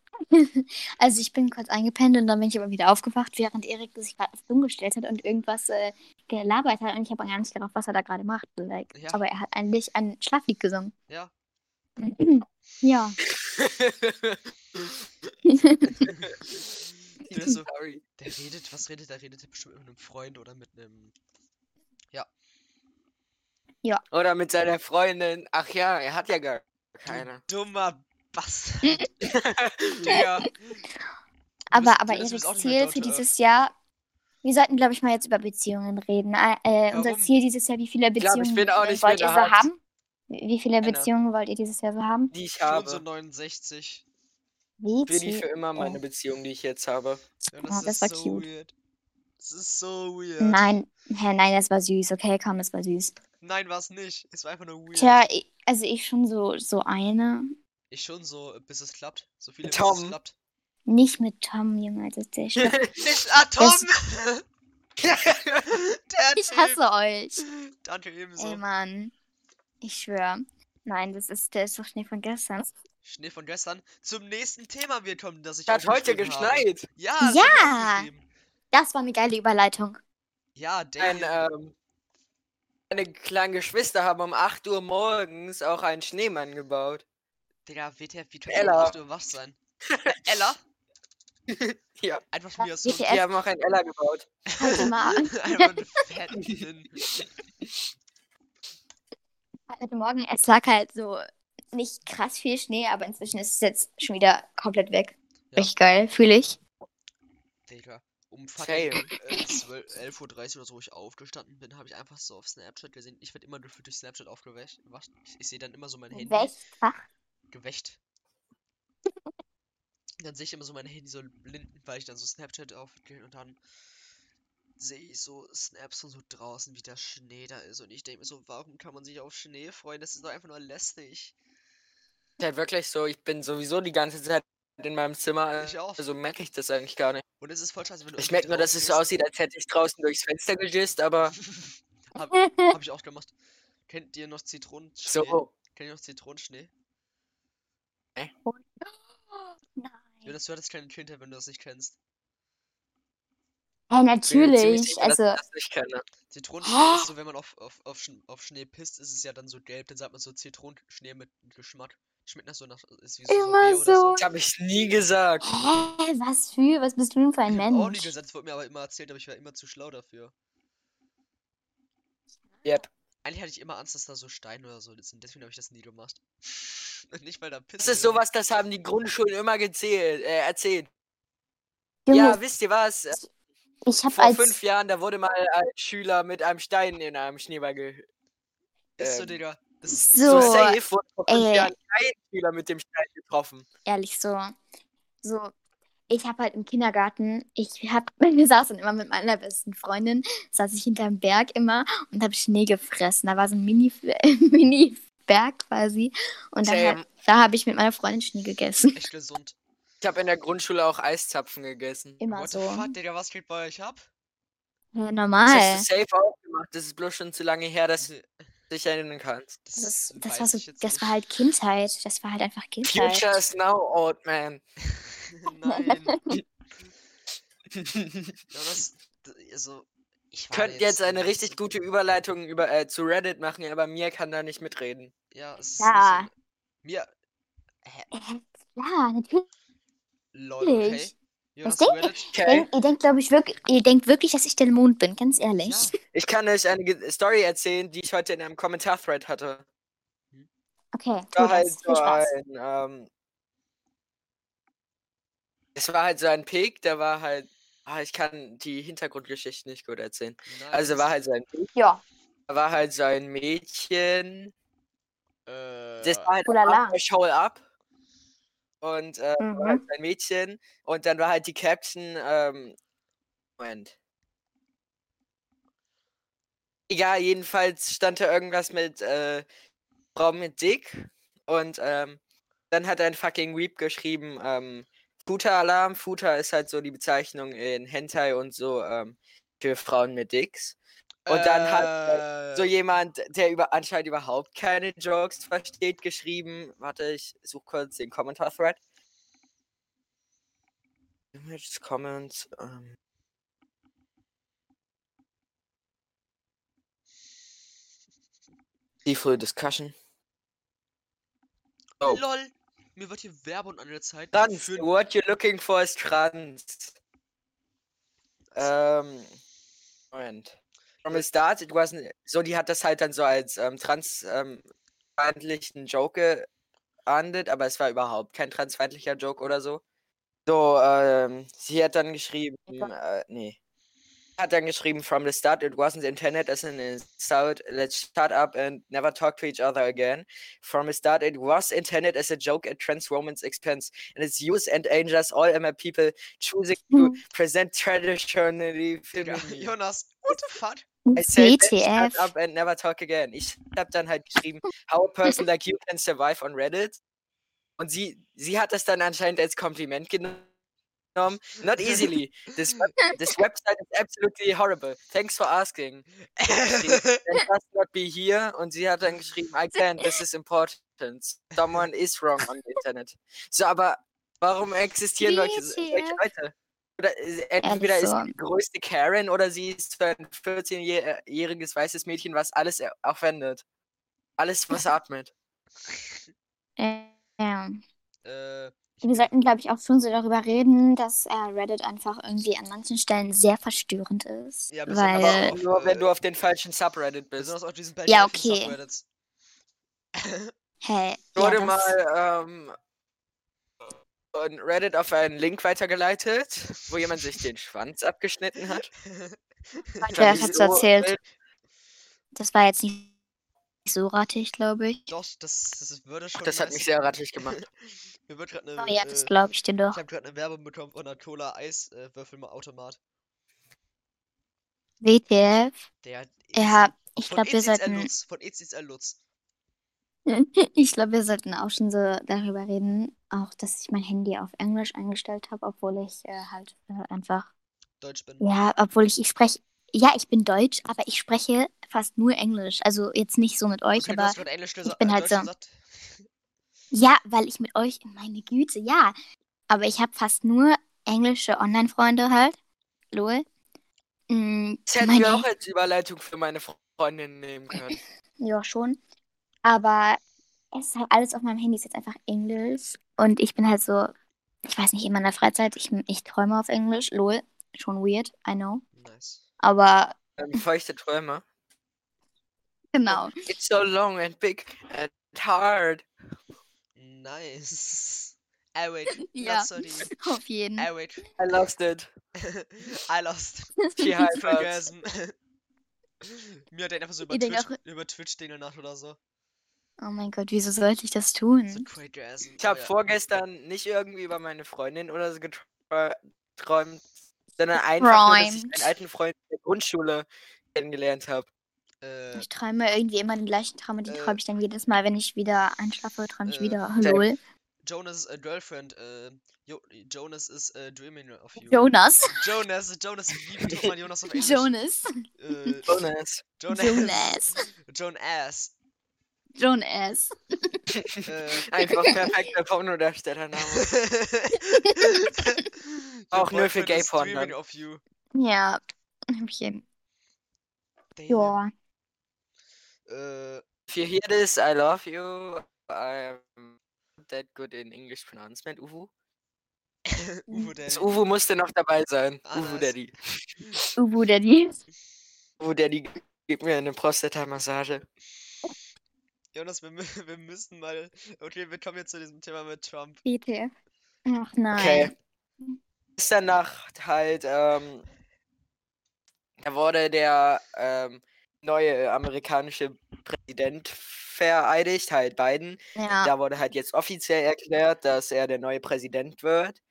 [SPEAKER 1] Also ich bin kurz eingepennt und dann bin ich aber wieder aufgewacht, während Erik sich gerade auf dumm gestellt hat und irgendwas äh, gelabert hat und ich habe gar nicht gerafft, was er da gerade macht. Like.
[SPEAKER 2] Ja.
[SPEAKER 1] Aber er hat eigentlich ein Schlaflied gesungen.
[SPEAKER 2] Ja.
[SPEAKER 1] Ja.
[SPEAKER 2] Der ist so,
[SPEAKER 3] Sorry.
[SPEAKER 2] der redet, was redet der? Redet der bestimmt mit einem Freund oder mit einem.
[SPEAKER 3] Oder mit seiner Freundin. Ach ja, er hat ja gar keine.
[SPEAKER 2] Dummer Bastard.
[SPEAKER 3] ja.
[SPEAKER 1] Aber,
[SPEAKER 2] müssen-
[SPEAKER 1] aber
[SPEAKER 2] wir müssen
[SPEAKER 1] Eriks
[SPEAKER 2] auch nicht mehr
[SPEAKER 1] Ziel
[SPEAKER 2] Deutsche
[SPEAKER 1] für
[SPEAKER 2] öffnen.
[SPEAKER 1] dieses Jahr, wir sollten, glaube ich, mal jetzt über Beziehungen reden. Äh, äh, unser
[SPEAKER 2] Warum?
[SPEAKER 1] Ziel dieses Jahr, wie viele
[SPEAKER 3] glaub, ich
[SPEAKER 1] Beziehungen
[SPEAKER 3] bin auch
[SPEAKER 1] äh,
[SPEAKER 3] nicht
[SPEAKER 1] wollt ihr
[SPEAKER 3] mehr
[SPEAKER 1] so
[SPEAKER 3] hart.
[SPEAKER 1] haben? Wie wie viele
[SPEAKER 3] Keine.
[SPEAKER 1] Beziehungen wollt ihr dieses Jahr so haben?
[SPEAKER 3] Die ich
[SPEAKER 2] Schon so
[SPEAKER 3] habe.
[SPEAKER 2] 69.
[SPEAKER 3] Will die
[SPEAKER 1] WT.
[SPEAKER 3] für immer meine
[SPEAKER 1] Oh.
[SPEAKER 3] Beziehung, die ich jetzt habe.
[SPEAKER 2] Ja,
[SPEAKER 1] Oh, das war
[SPEAKER 2] so
[SPEAKER 1] cute.
[SPEAKER 2] weird. Das ist so weird.
[SPEAKER 1] Nein, hä, nein, das war süß. Okay, komm, das war süß.
[SPEAKER 2] Nein, war's nicht. Es war einfach nur weird.
[SPEAKER 1] Tja, i- also ich schon so, so eine.
[SPEAKER 2] Ich schon so, äh, bis es klappt. So viele, bis es
[SPEAKER 3] Tom.
[SPEAKER 2] klappt.
[SPEAKER 1] Nicht mit Tom, Junge, das ist der Sch
[SPEAKER 2] Nicht Atom! der
[SPEAKER 1] Ich
[SPEAKER 2] Typ.
[SPEAKER 1] hasse euch.
[SPEAKER 2] Danke ebenso.
[SPEAKER 1] Ey, Mann. Ich schwöre. Nein, das ist, der ist doch Schnee von gestern.
[SPEAKER 2] Schnee von gestern. Zum nächsten Thema wir kommen, das ich
[SPEAKER 3] Hat heute
[SPEAKER 2] aufgeschrieben habe.
[SPEAKER 3] geschneit.
[SPEAKER 2] Ja, das
[SPEAKER 1] Ja!
[SPEAKER 2] hab ich aufgeschrieben.
[SPEAKER 1] Das war eine geile Überleitung.
[SPEAKER 2] Ja,
[SPEAKER 3] Ein,
[SPEAKER 2] Daniel.
[SPEAKER 3] ähm, meine kleinen Geschwister haben um 8 Uhr morgens auch einen Schneemann gebaut.
[SPEAKER 2] Digga, WTF, wie können
[SPEAKER 3] Ella.
[SPEAKER 2] du wach sein? Ella?
[SPEAKER 3] Ja.
[SPEAKER 2] Einfach mir so
[SPEAKER 1] WTF?
[SPEAKER 3] Die haben auch einen Ella gebaut.
[SPEAKER 1] Halte mal an.
[SPEAKER 2] einfach einen fetten.
[SPEAKER 1] Heute Morgen, es lag halt so nicht krass viel Schnee, aber inzwischen ist es jetzt schon wieder komplett weg.
[SPEAKER 2] Ja.
[SPEAKER 1] Richtig geil, fühle ich.
[SPEAKER 2] Digga, um fucking
[SPEAKER 3] Same.
[SPEAKER 2] äh, 12 11.30 Uhr oder so, wo ich aufgestanden bin, habe ich einfach so auf Snapchat gesehen. Ich werde immer gefühlt durch Snapchat aufgeweckt. wacht- Ich, ich sehe dann immer so mein Handy.
[SPEAKER 1] Welch Fach?
[SPEAKER 2] Gewächt. dann sehe ich immer so mein Handy so blinden, weil ich dann so Snapchat aufgehe und dann sehe ich so Snaps von so draußen, wie der Schnee da ist. Und ich denke mir so, warum kann man sich auf Schnee freuen? Das ist doch einfach nur lästig.
[SPEAKER 3] Ist halt wirklich so, ich bin sowieso die ganze Zeit in meinem Zimmer.
[SPEAKER 2] Ich auch.
[SPEAKER 3] Also merke ich das eigentlich gar nicht.
[SPEAKER 2] Und es ist voll scheiße, wenn du
[SPEAKER 3] Ich
[SPEAKER 2] irgendwie
[SPEAKER 3] merke nur, dass es so
[SPEAKER 2] draußen
[SPEAKER 3] aussieht, als hätte ich draußen durchs Fenster gejist, aber
[SPEAKER 2] gehst. hab, hab ich auch gemacht. Kennt ihr noch Zitronenschnee?
[SPEAKER 3] so.
[SPEAKER 2] Kennt ihr noch Zitronenschnee? Ja,
[SPEAKER 1] Nein.
[SPEAKER 2] das hört das kleine Kindheit, wenn du das nicht kennst.
[SPEAKER 1] Ja,
[SPEAKER 3] bin mir ziemlich
[SPEAKER 1] natürlich.
[SPEAKER 3] sicher, dass
[SPEAKER 1] Also,
[SPEAKER 3] ich das nicht kenne.
[SPEAKER 2] Zitronenschnee
[SPEAKER 1] Oh!
[SPEAKER 2] ist so, wenn man auf, auf, auf, Schn- auf Schnee pisst, ist es ja dann so gelb, dann sagt man so Zitronenschnee mit Geschmack. Schmeckt nach so nach, ist wie so
[SPEAKER 1] Immer
[SPEAKER 2] Sorbet oder
[SPEAKER 1] so.
[SPEAKER 3] Das habe ich nie gesagt.
[SPEAKER 1] hä, was für? Was bist du denn für ein
[SPEAKER 2] Ich hab auch nie
[SPEAKER 1] Mensch?
[SPEAKER 2] gesagt, das wurde mir aber immer erzählt, aber ich war immer zu schlau dafür.
[SPEAKER 3] Yep.
[SPEAKER 2] Eigentlich hatte ich immer Angst, dass da so Steine oder so sind, deswegen habe ich das nie gemacht. Und nicht mal da
[SPEAKER 3] Das
[SPEAKER 2] pissen.
[SPEAKER 3] ist
[SPEAKER 2] will.
[SPEAKER 3] sowas, das haben die Grundschulen immer gezählt, äh, erzählt.
[SPEAKER 1] Junge,
[SPEAKER 3] Ja, wisst ihr was? Äh,
[SPEAKER 1] ich habe
[SPEAKER 3] Vor
[SPEAKER 1] als
[SPEAKER 3] fünf Jahren, da wurde mal ein Schüler mit einem Stein in einem Schneeball ge...
[SPEAKER 2] Ist so,
[SPEAKER 3] ähm,
[SPEAKER 2] Digga. Das ist
[SPEAKER 1] so
[SPEAKER 3] so safe wurde vor fünf
[SPEAKER 1] ey.
[SPEAKER 3] Jahren ein Schüler mit dem Stein getroffen.
[SPEAKER 1] ehrlich so. So, ich habe halt im Kindergarten, ich hab, wir saßen immer mit meiner besten Freundin, saß ich hinterm Berg immer und habe Schnee gefressen. Da war so ein Mini, Mini-Berg quasi. Und dann
[SPEAKER 3] Same.
[SPEAKER 1] halt, da habe ich mit meiner Freundin Schnee gegessen.
[SPEAKER 2] echt gesund.
[SPEAKER 3] Ich habe in der Grundschule auch Eiszapfen gegessen.
[SPEAKER 1] Immer
[SPEAKER 2] What the
[SPEAKER 1] so.
[SPEAKER 2] fuck, Digga, was geht bei euch ab?
[SPEAKER 1] Ja,
[SPEAKER 3] Das
[SPEAKER 1] normal.
[SPEAKER 3] hast du safe auch gemacht. Das ist bloß schon zu lange her, dass du
[SPEAKER 2] Nee,
[SPEAKER 3] dich erinnern kannst.
[SPEAKER 1] Das, ist, das, war
[SPEAKER 2] weiß
[SPEAKER 1] so,
[SPEAKER 2] ich jetzt
[SPEAKER 1] das
[SPEAKER 2] nicht.
[SPEAKER 1] war halt Kindheit. Das war halt einfach Kindheit.
[SPEAKER 3] Future is now old, man.
[SPEAKER 2] Nein. Ja, das. d- Also. Ich war da
[SPEAKER 3] Könnt jetzt
[SPEAKER 2] noch
[SPEAKER 3] eine
[SPEAKER 2] nicht
[SPEAKER 3] richtig
[SPEAKER 2] so-
[SPEAKER 3] gute Überleitung über, äh, zu Reddit machen, aber mir kann da nicht mitreden.
[SPEAKER 2] Ja, es ist.
[SPEAKER 1] Ja.
[SPEAKER 2] Ja. Mir. Hä?
[SPEAKER 1] Äh, Ja, natürlich.
[SPEAKER 2] Lol, okay. Jonas,
[SPEAKER 1] Was
[SPEAKER 2] du
[SPEAKER 1] denkt-
[SPEAKER 2] Reddit?
[SPEAKER 3] Okay.
[SPEAKER 1] Denk, ihr denkt, glaube ich, wirklich, ihr denkt wirklich, dass ich der Mond bin, ganz ehrlich.
[SPEAKER 2] Ja.
[SPEAKER 3] Ich kann euch eine Ge- Story erzählen, die ich heute in einem Kommentar-Thread hatte.
[SPEAKER 1] Okay, tu
[SPEAKER 3] war halt
[SPEAKER 1] das.
[SPEAKER 3] so
[SPEAKER 1] Viel Spaß.
[SPEAKER 3] ein, ähm, es war halt so ein Pick, der war halt, ah, ich kann die Hintergrundgeschichte nicht gut erzählen.
[SPEAKER 2] Nein,
[SPEAKER 3] Also
[SPEAKER 2] das-
[SPEAKER 3] war halt so ein Pick,
[SPEAKER 1] Ja,
[SPEAKER 3] da war halt so ein Mädchen,
[SPEAKER 2] Äh,
[SPEAKER 3] das war halt
[SPEAKER 1] Oh la la.
[SPEAKER 3] After Show Up und äh, war halt
[SPEAKER 1] mhm.
[SPEAKER 3] so ein Mädchen und dann war halt die Caption, ähm, Moment. Egal, jedenfalls stand da irgendwas mit, äh, Frau mit Dick. Und ähm, dann hat ein fucking Weep geschrieben, ähm, Futa-Alarm. Futa ist halt so die Bezeichnung in Hentai und so ähm, für Frauen mit Dicks. Und dann hat
[SPEAKER 2] äh,
[SPEAKER 3] So jemand, der über, anscheinend überhaupt keine Jokes versteht, geschrieben. Warte, ich suche kurz den Kommentar-Thread. Image, Comments, ähm. Default Discussion. Oh.
[SPEAKER 2] LOL. Mir wird hier Werbung angezeigt.
[SPEAKER 3] Trans.
[SPEAKER 2] für-
[SPEAKER 3] What you're looking for is trans. Ähm. Moment. From the start, it wasn't. So, die hat das halt dann so als ähm, transfeindlichen Joke geahndet, aber es war überhaupt kein transfeindlicher Joke oder so. So, ähm, sie hat dann geschrieben. Äh, nee. Hat dann geschrieben, from the start, it wasn't intended as an insult. Let's shut up and never talk to each other again. From the start, it was intended as a joke at trans women's expense, and its use endangers all ML people choosing to present traditionally
[SPEAKER 2] Digga,
[SPEAKER 3] feminine.
[SPEAKER 2] Jonas, what the fuck?
[SPEAKER 3] I said, "Let's shut
[SPEAKER 1] WTF.
[SPEAKER 3] up and never talk again. Ich habe dann halt geschrieben, how a person like you can survive on Reddit. Und sie, sie hat das dann anscheinend als Kompliment genommen. Not easily. This, web this website is absolutely horrible. Thanks for asking. It must not be here. Und sie hat dann geschrieben, I can, this is important. Someone is wrong on the Internet. So, aber warum existieren Leute, so- solche
[SPEAKER 1] WTF?
[SPEAKER 3] Leute? Oder äh, entweder ist sie die größte Karen oder sie ist so ein 14-jähriges weißes Mädchen, was alles er- aufwendet. Alles, was atmet.
[SPEAKER 1] Äh, ja.
[SPEAKER 2] Äh, ich
[SPEAKER 1] Wir
[SPEAKER 2] bin-
[SPEAKER 1] sollten, glaube ich, auch schon so darüber reden, dass äh, Reddit einfach irgendwie an manchen Stellen sehr verstörend ist.
[SPEAKER 2] Ja, besonders
[SPEAKER 1] weil,
[SPEAKER 3] Aber
[SPEAKER 2] Äh,
[SPEAKER 3] auch nur, wenn
[SPEAKER 2] äh,
[SPEAKER 3] du auf den falschen Subreddit bist.
[SPEAKER 2] besonders auf diesen Bad
[SPEAKER 1] Ja,
[SPEAKER 2] Dolphin
[SPEAKER 1] okay.
[SPEAKER 2] Subreddits.
[SPEAKER 1] hey,
[SPEAKER 3] Ich wurde
[SPEAKER 1] ja, das,
[SPEAKER 3] mal ähm, von Reddit auf einen Link weitergeleitet, wo jemand sich den Schwanz abgeschnitten hat.
[SPEAKER 1] Leute, das
[SPEAKER 3] Fand ich
[SPEAKER 1] hast du
[SPEAKER 3] so
[SPEAKER 1] erzählt.
[SPEAKER 3] wild.
[SPEAKER 1] das war jetzt nicht so rattig, glaube ich.
[SPEAKER 2] Doch, das, das würde schon.
[SPEAKER 3] Das hat mich
[SPEAKER 2] nice.
[SPEAKER 3] sehr rattig gemacht.
[SPEAKER 2] Mir wird gerade
[SPEAKER 1] Oh
[SPEAKER 2] eine.
[SPEAKER 1] ja,
[SPEAKER 2] äh,
[SPEAKER 1] das glaube ich dir
[SPEAKER 2] ich
[SPEAKER 1] doch.
[SPEAKER 2] habe gerade eine Werbung bekommen von äh, einer Cola Eiswürfelautomat.
[SPEAKER 1] WTF?
[SPEAKER 2] Der hat
[SPEAKER 1] Ja,
[SPEAKER 2] EZ
[SPEAKER 1] ich
[SPEAKER 2] von
[SPEAKER 1] glaube, wir
[SPEAKER 2] EZL
[SPEAKER 1] sollten,
[SPEAKER 2] Lutz, von EZL Lutz.
[SPEAKER 1] ich glaube, wir sollten auch schon so darüber reden, auch dass ich mein Handy auf Englisch eingestellt habe, obwohl ich äh, halt äh, einfach,
[SPEAKER 2] Deutsch bin.
[SPEAKER 1] ja, obwohl ich, ich spreche, ja, ich bin Deutsch, aber ich spreche fast nur Englisch. Also jetzt nicht so mit euch,
[SPEAKER 2] Okay, du
[SPEAKER 1] aber
[SPEAKER 2] hast gerade Englisch
[SPEAKER 1] ich
[SPEAKER 2] gesa-
[SPEAKER 1] bin
[SPEAKER 2] äh,
[SPEAKER 1] halt
[SPEAKER 2] Deutsch
[SPEAKER 1] so-
[SPEAKER 2] gesagt.
[SPEAKER 1] Ja, weil ich mit euch, meine Güte, ja. Aber ich habe fast nur englische Online-Freunde halt. Lol. Mm,
[SPEAKER 3] Das hätten
[SPEAKER 1] meine,
[SPEAKER 3] wir auch als Überleitung für meine Freundin nehmen können.
[SPEAKER 1] ja, schon. Aber es ist halt alles auf meinem Handy ist jetzt einfach Englisch. Und ich bin halt so, ich weiß nicht, in meiner Freizeit, ich, ich träume auf Englisch. Lol. Schon weird, I know.
[SPEAKER 2] Nice.
[SPEAKER 1] Aber
[SPEAKER 3] Ähm, Feuchte Träume.
[SPEAKER 1] genau.
[SPEAKER 3] It's so long and big and hard.
[SPEAKER 2] Nice. I wait.
[SPEAKER 1] Ja,
[SPEAKER 2] Not sorry. Äh,
[SPEAKER 1] auf jeden.
[SPEAKER 2] I wait.
[SPEAKER 3] I lost it.
[SPEAKER 2] I lost.
[SPEAKER 1] Oh
[SPEAKER 3] She hypers.
[SPEAKER 2] Vergessen. Mir hat der einfach so über
[SPEAKER 1] Ihr denkt
[SPEAKER 2] Twitch,
[SPEAKER 1] auch-
[SPEAKER 2] über Twitch Dinge nach oder so.
[SPEAKER 1] Oh mein Gott, wieso sollte ich das
[SPEAKER 2] So
[SPEAKER 1] tun?
[SPEAKER 2] crazy ass.
[SPEAKER 3] Ich habe vorgestern nicht irgendwie über meine Freundin oder so geträumt, sondern einfach nur, dass ich
[SPEAKER 1] Träumt.
[SPEAKER 3] meinen alten Freund in der Grundschule kennengelernt habe.
[SPEAKER 2] Äh,
[SPEAKER 1] Ich träume irgendwie immer den gleichen Traum und den
[SPEAKER 2] Äh,
[SPEAKER 1] träume ich dann jedes Mal, wenn ich wieder einschlafe, träume ich
[SPEAKER 2] äh,
[SPEAKER 1] wieder.
[SPEAKER 3] Jack.
[SPEAKER 1] Lol.
[SPEAKER 2] Jonas äh, Girlfriend. Äh, jo Jonas is äh, dreaming of you.
[SPEAKER 1] Jonas.
[SPEAKER 2] Jonas, Jonas, wie betont man Jonas auf Englisch?
[SPEAKER 1] Jonas.
[SPEAKER 2] Äh,
[SPEAKER 3] Bonus.
[SPEAKER 2] Jonas.
[SPEAKER 1] Jonas.
[SPEAKER 2] Jonas.
[SPEAKER 1] Jonas.
[SPEAKER 2] Äh,
[SPEAKER 3] Einfach perfekter Pornodarstellername. Auch nur für Gay Porn
[SPEAKER 2] Streaming
[SPEAKER 3] dann.
[SPEAKER 2] of you.
[SPEAKER 1] Ja, hab ich hin.
[SPEAKER 2] Damn.
[SPEAKER 1] Ja.
[SPEAKER 2] Äh,
[SPEAKER 3] If you hear this, I love you. I'm not that good in English pronouncement, Uwu.
[SPEAKER 2] Uwe
[SPEAKER 3] Das
[SPEAKER 2] Daddy.
[SPEAKER 3] Uwu musste noch dabei sein.
[SPEAKER 2] Äh, Ah,
[SPEAKER 3] Uwu
[SPEAKER 2] nice.
[SPEAKER 3] Daddy.
[SPEAKER 1] Ubu Daddy.
[SPEAKER 3] Uwu Daddy gibt mir eine Prostata-Massage.
[SPEAKER 2] Jonas, wir, mü- wir müssen mal. Okay, wir kommen jetzt zu diesem Thema mit Trump.
[SPEAKER 1] BTF. Ach nein.
[SPEAKER 3] Okay. Gestern Nacht halt, ähm, da wurde der ähm, neue amerikanische Präsident vereidigt, halt Biden.
[SPEAKER 2] Ah.
[SPEAKER 1] Ja.
[SPEAKER 3] Da wurde halt jetzt offiziell erklärt, dass er der neue Präsident wird.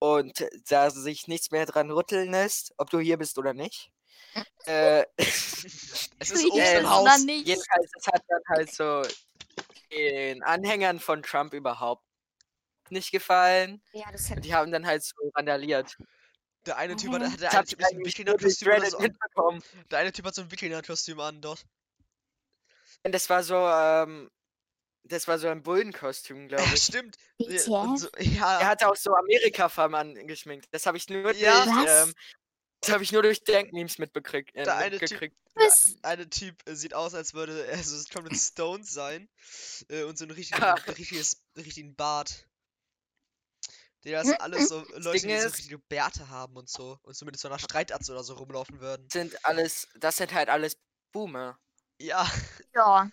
[SPEAKER 3] Und da sich nichts mehr dran rütteln lässt, ob du hier bist oder nicht.
[SPEAKER 2] Hm.
[SPEAKER 3] Äh,
[SPEAKER 2] Es
[SPEAKER 1] Ich
[SPEAKER 2] ist
[SPEAKER 1] will
[SPEAKER 2] oben
[SPEAKER 1] das
[SPEAKER 2] im
[SPEAKER 3] dann
[SPEAKER 2] Haus.
[SPEAKER 1] dann nicht.
[SPEAKER 3] jedenfalls, das hat dann halt so den Anhängern von Trump überhaupt nicht gefallen.
[SPEAKER 1] Ja, das
[SPEAKER 3] Und
[SPEAKER 1] hätte
[SPEAKER 3] die haben dann halt so randaliert.
[SPEAKER 2] Der eine Typ hat,
[SPEAKER 1] Mhm.
[SPEAKER 2] hat der
[SPEAKER 3] Das
[SPEAKER 2] eine
[SPEAKER 3] habe
[SPEAKER 2] Typ
[SPEAKER 3] ich
[SPEAKER 2] ist ein
[SPEAKER 3] eigentlich nur durch
[SPEAKER 2] Wikinger-Kostüm oder
[SPEAKER 3] Reddit
[SPEAKER 2] so an.
[SPEAKER 3] mitbekommen.
[SPEAKER 2] Der eine Typ hat so ein Wikinger-Kostüm an dort.
[SPEAKER 3] Und das war so, ähm, das war so ein Bullenkostüm, glaube
[SPEAKER 2] Ja,
[SPEAKER 3] ich.
[SPEAKER 2] stimmt. Ja, und
[SPEAKER 1] BTF.
[SPEAKER 2] so, ja.
[SPEAKER 3] Er hatte auch so Amerika-Farben angeschminkt. Das habe ich nur
[SPEAKER 2] Ja.
[SPEAKER 3] durch,
[SPEAKER 1] Was?
[SPEAKER 3] ähm, das habe ich nur durch Denkmemes mitbekriegt. Äh,
[SPEAKER 2] Der eine Typ-
[SPEAKER 3] mitgekriegt.
[SPEAKER 1] Was?
[SPEAKER 2] eine Typ äh, sieht aus, als würde er so Common Stones sein. Äh, und so ein richtigen,
[SPEAKER 3] Ah.
[SPEAKER 2] richtiges, richtigen Bart. Der das alles so Leute,
[SPEAKER 3] Mm, Ding
[SPEAKER 2] die so
[SPEAKER 3] ist-
[SPEAKER 2] richtige Bärte haben und so. Und so mit so einer Streitachse oder so rumlaufen würden.
[SPEAKER 3] sind alles, das sind halt alles Boomer.
[SPEAKER 2] Ja,
[SPEAKER 1] Ja.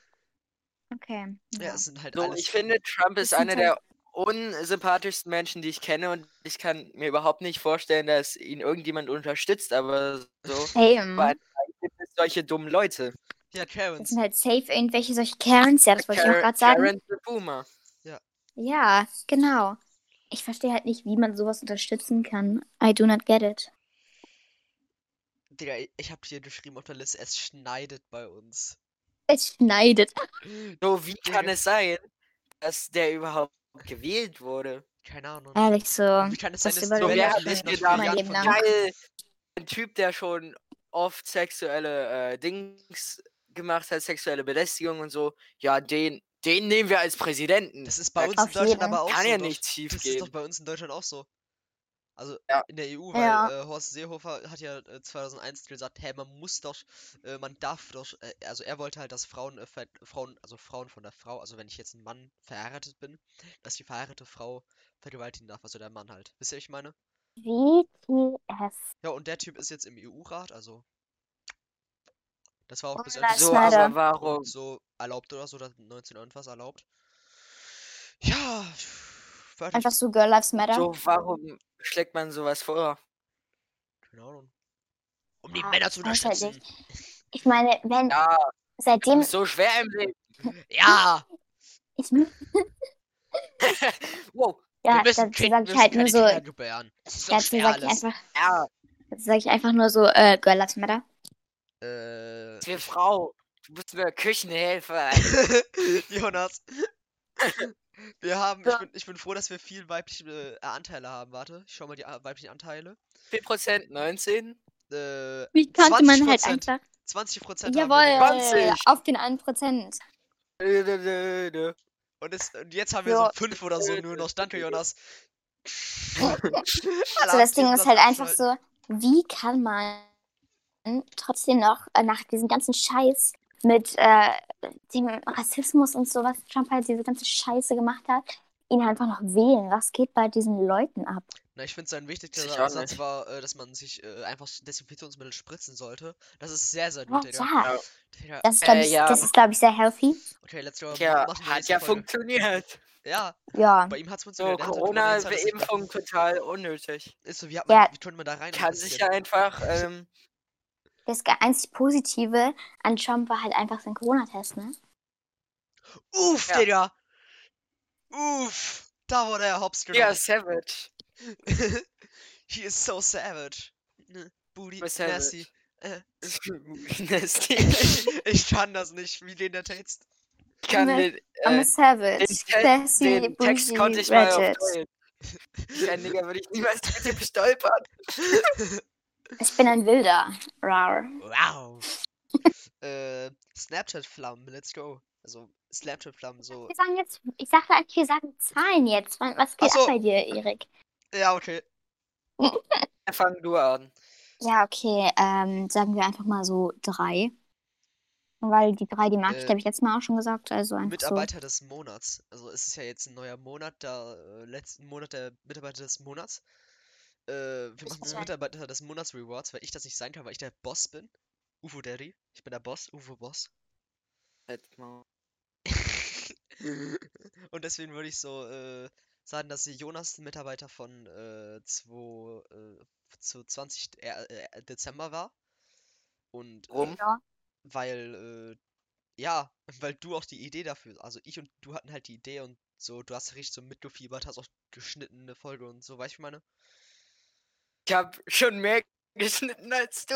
[SPEAKER 1] Okay.
[SPEAKER 2] ja,
[SPEAKER 1] Ja.
[SPEAKER 2] es sind halt
[SPEAKER 3] So,
[SPEAKER 2] alles.
[SPEAKER 3] ich finde, Trump
[SPEAKER 1] Das
[SPEAKER 3] ist
[SPEAKER 1] sind
[SPEAKER 3] einer
[SPEAKER 1] halt-
[SPEAKER 3] der unsympathischsten Menschen, die ich kenne und ich kann mir überhaupt nicht vorstellen, dass ihn irgendjemand unterstützt, aber so
[SPEAKER 1] Hey,
[SPEAKER 3] Weil- gibt es solche dummen Leute.
[SPEAKER 2] Ja,
[SPEAKER 1] das
[SPEAKER 2] Karens.
[SPEAKER 1] sind halt safe irgendwelche solche Karens. Ja, das wollte ich auch
[SPEAKER 3] Karen-
[SPEAKER 1] gerade sagen.
[SPEAKER 3] Karen sind Boomer.
[SPEAKER 1] Ja, genau. Ich verstehe halt nicht, wie man sowas unterstützen kann. I do not get it.
[SPEAKER 3] halt
[SPEAKER 2] Digga, i- ich hab hier geschrieben auf der Liste, es schneidet bei uns.
[SPEAKER 1] Es schneidet.
[SPEAKER 3] So, wie kann
[SPEAKER 2] Digga.
[SPEAKER 3] es sein, dass der überhaupt gewählt wurde?
[SPEAKER 2] Keine Ahnung.
[SPEAKER 1] Ehrlich so.
[SPEAKER 3] Also,
[SPEAKER 2] Wie kann es sein,
[SPEAKER 1] das
[SPEAKER 2] dass
[SPEAKER 1] überlege
[SPEAKER 3] So,
[SPEAKER 1] Weil
[SPEAKER 2] Duelle
[SPEAKER 1] ich
[SPEAKER 3] wer
[SPEAKER 1] mir
[SPEAKER 3] hat
[SPEAKER 2] von
[SPEAKER 1] das
[SPEAKER 3] sich
[SPEAKER 2] Leben nach
[SPEAKER 3] gedacht,
[SPEAKER 1] mein
[SPEAKER 2] Julian
[SPEAKER 1] Leben
[SPEAKER 2] von
[SPEAKER 1] lang.
[SPEAKER 2] Leben-
[SPEAKER 3] geil, ein Typ, der schon oft sexuelle äh, Dings gemacht hat, sexuelle Belästigung und so, ja, den, den nehmen wir als Präsidenten.
[SPEAKER 2] Das ist bei
[SPEAKER 3] Da
[SPEAKER 2] uns in
[SPEAKER 1] Auf
[SPEAKER 2] Deutschland
[SPEAKER 1] jeden.
[SPEAKER 2] aber auch
[SPEAKER 3] kann
[SPEAKER 2] so.
[SPEAKER 3] ja
[SPEAKER 2] doch.
[SPEAKER 3] nicht schief
[SPEAKER 2] Das ist doch
[SPEAKER 3] gehen.
[SPEAKER 2] bei uns in Deutschland auch so. Also
[SPEAKER 3] Ja.
[SPEAKER 2] in der EU, weil
[SPEAKER 1] Ja.
[SPEAKER 2] äh, Horst Seehofer hat ja äh, 2001 gesagt, hey, man muss doch, äh, man darf doch, äh, also er wollte halt, dass Frauen, äh, ver- Frauen, also Frauen von der Frau, also wenn ich jetzt ein Mann verheiratet bin, dass die verheiratete Frau vergewaltigen darf, also der Mann halt. Wisst ihr, was ich meine?
[SPEAKER 1] WTS.
[SPEAKER 2] Ja, und der Typ ist jetzt im EU-Rat, also das war auch
[SPEAKER 1] Oh,
[SPEAKER 2] bis
[SPEAKER 1] nice,
[SPEAKER 2] Ende
[SPEAKER 3] So,
[SPEAKER 1] Schneider.
[SPEAKER 3] aber warum?
[SPEAKER 2] so erlaubt oder so, oder 19 irgendwas erlaubt. Ja, weiß nicht,
[SPEAKER 1] Einfach so Girl Lives Matter.
[SPEAKER 3] So, warum schlägt man sowas vor?
[SPEAKER 2] keine Ahnung. Um die
[SPEAKER 1] Ah,
[SPEAKER 2] Männer zu
[SPEAKER 1] weiß halt
[SPEAKER 2] unterstützen.
[SPEAKER 1] Ich meine, wenn
[SPEAKER 3] Ja,
[SPEAKER 1] seitdem
[SPEAKER 3] so schwer im Leben.
[SPEAKER 2] Ja!
[SPEAKER 1] ich
[SPEAKER 3] wow,
[SPEAKER 1] ja,
[SPEAKER 2] wir müssen
[SPEAKER 1] dazu
[SPEAKER 2] Kind- wir
[SPEAKER 1] sag ich
[SPEAKER 2] müssen
[SPEAKER 1] halt nur
[SPEAKER 2] keine
[SPEAKER 1] so, halt
[SPEAKER 2] Kinder gebären. Das ist doch
[SPEAKER 1] dazu
[SPEAKER 2] schwer
[SPEAKER 1] sag ich
[SPEAKER 2] alles.
[SPEAKER 1] einfach,
[SPEAKER 3] ja,
[SPEAKER 1] dazu sag ich einfach nur so äh, Girl Lives Matter.
[SPEAKER 2] Äh,
[SPEAKER 3] wir Frau, du bist mir Küchenhelfer.
[SPEAKER 2] Äh, Jonas. Wir haben, ich
[SPEAKER 3] Ja.
[SPEAKER 2] bin, ich bin froh, dass wir viel weibliche äh, Anteile haben. Warte, ich schau mal die äh, weiblichen Anteile.
[SPEAKER 3] 4% 19?
[SPEAKER 2] Äh,
[SPEAKER 1] Wie konnte man halt
[SPEAKER 2] 20%.
[SPEAKER 1] einfach
[SPEAKER 2] 20% haben wir.
[SPEAKER 1] Jawohl,
[SPEAKER 3] 20.
[SPEAKER 1] auf den 1 Prozent.
[SPEAKER 3] Dö, dö, dö, dö.
[SPEAKER 2] Und, es, und jetzt haben wir so
[SPEAKER 1] Ja.
[SPEAKER 2] fünf oder so nur noch. Danke, Jonas.
[SPEAKER 1] So, das Ding ist halt einfach so, wie kann man trotzdem noch äh, nach diesem ganzen Scheiß mit äh, dem Rassismus und so, was Trump halt diese ganze Scheiße gemacht hat, ihn halt einfach noch wählen? Was geht bei diesen Leuten ab?
[SPEAKER 2] Na, ich finde, sein wichtigster
[SPEAKER 3] Sicher auch
[SPEAKER 2] Satz
[SPEAKER 3] nicht.
[SPEAKER 2] war, äh, dass man sich äh, einfach Desinfektionsmittel spritzen sollte. Das ist sehr, sehr
[SPEAKER 1] Ja,
[SPEAKER 2] gut, Digga.
[SPEAKER 1] ja.
[SPEAKER 2] Digga.
[SPEAKER 1] Das ist, glaube
[SPEAKER 3] Äh,
[SPEAKER 1] ich,
[SPEAKER 3] ja.
[SPEAKER 1] das ist, glaub ich, sehr healthy.
[SPEAKER 2] Okay, let's go.
[SPEAKER 3] Tja,
[SPEAKER 2] machen wir
[SPEAKER 3] hat
[SPEAKER 2] nächste
[SPEAKER 3] ja
[SPEAKER 2] Folge.
[SPEAKER 3] funktioniert.
[SPEAKER 2] Ja,
[SPEAKER 1] Ja.
[SPEAKER 2] bei ihm hat's
[SPEAKER 3] So,
[SPEAKER 2] funktioniert. er hatte Corona, jetzt hat er's nicht mehr.
[SPEAKER 3] Corona-Impfung total unnötig.
[SPEAKER 2] Ist so, wie, hat
[SPEAKER 1] Ja.
[SPEAKER 2] man, wie konnte man da rein?
[SPEAKER 3] Kann sich ja einfach, ähm,
[SPEAKER 1] Das ge- einzig Positive an Trump war halt einfach sein Corona-Test, ne?
[SPEAKER 2] Uff,
[SPEAKER 3] Ja.
[SPEAKER 2] Digga! Uff! Da wurde er hops
[SPEAKER 3] ja,
[SPEAKER 2] genommen.
[SPEAKER 3] Savage.
[SPEAKER 2] He is so savage. Ne, Booty,
[SPEAKER 3] Was
[SPEAKER 2] nasty.
[SPEAKER 3] savage.
[SPEAKER 2] Äh.
[SPEAKER 3] Nasty.
[SPEAKER 2] ich kann das nicht, wie den der Taste.
[SPEAKER 3] Ich kann
[SPEAKER 1] Nee.
[SPEAKER 3] den,
[SPEAKER 1] I'm
[SPEAKER 3] äh,
[SPEAKER 1] a savage.
[SPEAKER 3] den Te-
[SPEAKER 1] Sassy,
[SPEAKER 3] den Text
[SPEAKER 1] bougie,
[SPEAKER 3] konnte ich mal auf
[SPEAKER 1] wretched.
[SPEAKER 3] Deutsch. Kein Digga, würde ich niemals mit dem stolpern.
[SPEAKER 1] Ich bin ein Wilder. Rar.
[SPEAKER 2] Wow. äh, Snapchat-Flammen, let's go. Also, Snapchat-Flammen, so.
[SPEAKER 1] Wir sagen jetzt, ich sagte eigentlich, wir sagen Zahlen jetzt. Was- Was geht
[SPEAKER 2] Ach so.
[SPEAKER 1] ab bei dir, Erik?
[SPEAKER 2] Ja, okay.
[SPEAKER 3] Fang du an.
[SPEAKER 1] Ja, okay. Ähm, sagen wir einfach mal so drei. Weil die drei, die mag ich,
[SPEAKER 2] Äh,
[SPEAKER 1] die habe ich letztes Mal auch schon gesagt. Also einfach so.
[SPEAKER 2] Mitarbeiter des Monats. Also, es ist ja jetzt ein neuer Monat, da äh, letzten Monat der Mitarbeiter des Monats. Äh, wir machen
[SPEAKER 1] muss
[SPEAKER 2] das
[SPEAKER 1] sagen-
[SPEAKER 2] Mitarbeiter des Monats Rewards, weil ich das nicht sein kann, weil ich der Boss bin. Ufo Daddy. Ich bin der Boss, Ufo Boss.
[SPEAKER 3] Halt mal.
[SPEAKER 2] Und deswegen würde ich so äh, sagen, dass sie Jonas ein Mitarbeiter von äh, 2, äh, zu 20 äh, äh, Dezember war. Und äh,
[SPEAKER 3] Rum.
[SPEAKER 2] weil, äh, ja, weil du auch die Idee dafür, also ich und du hatten halt die Idee und so, du hast richtig so mitgefiebert, hast auch geschnitten eine Folge und so, weißt du, wie ich meine?
[SPEAKER 3] Ich hab schon mehr geschnitten als du.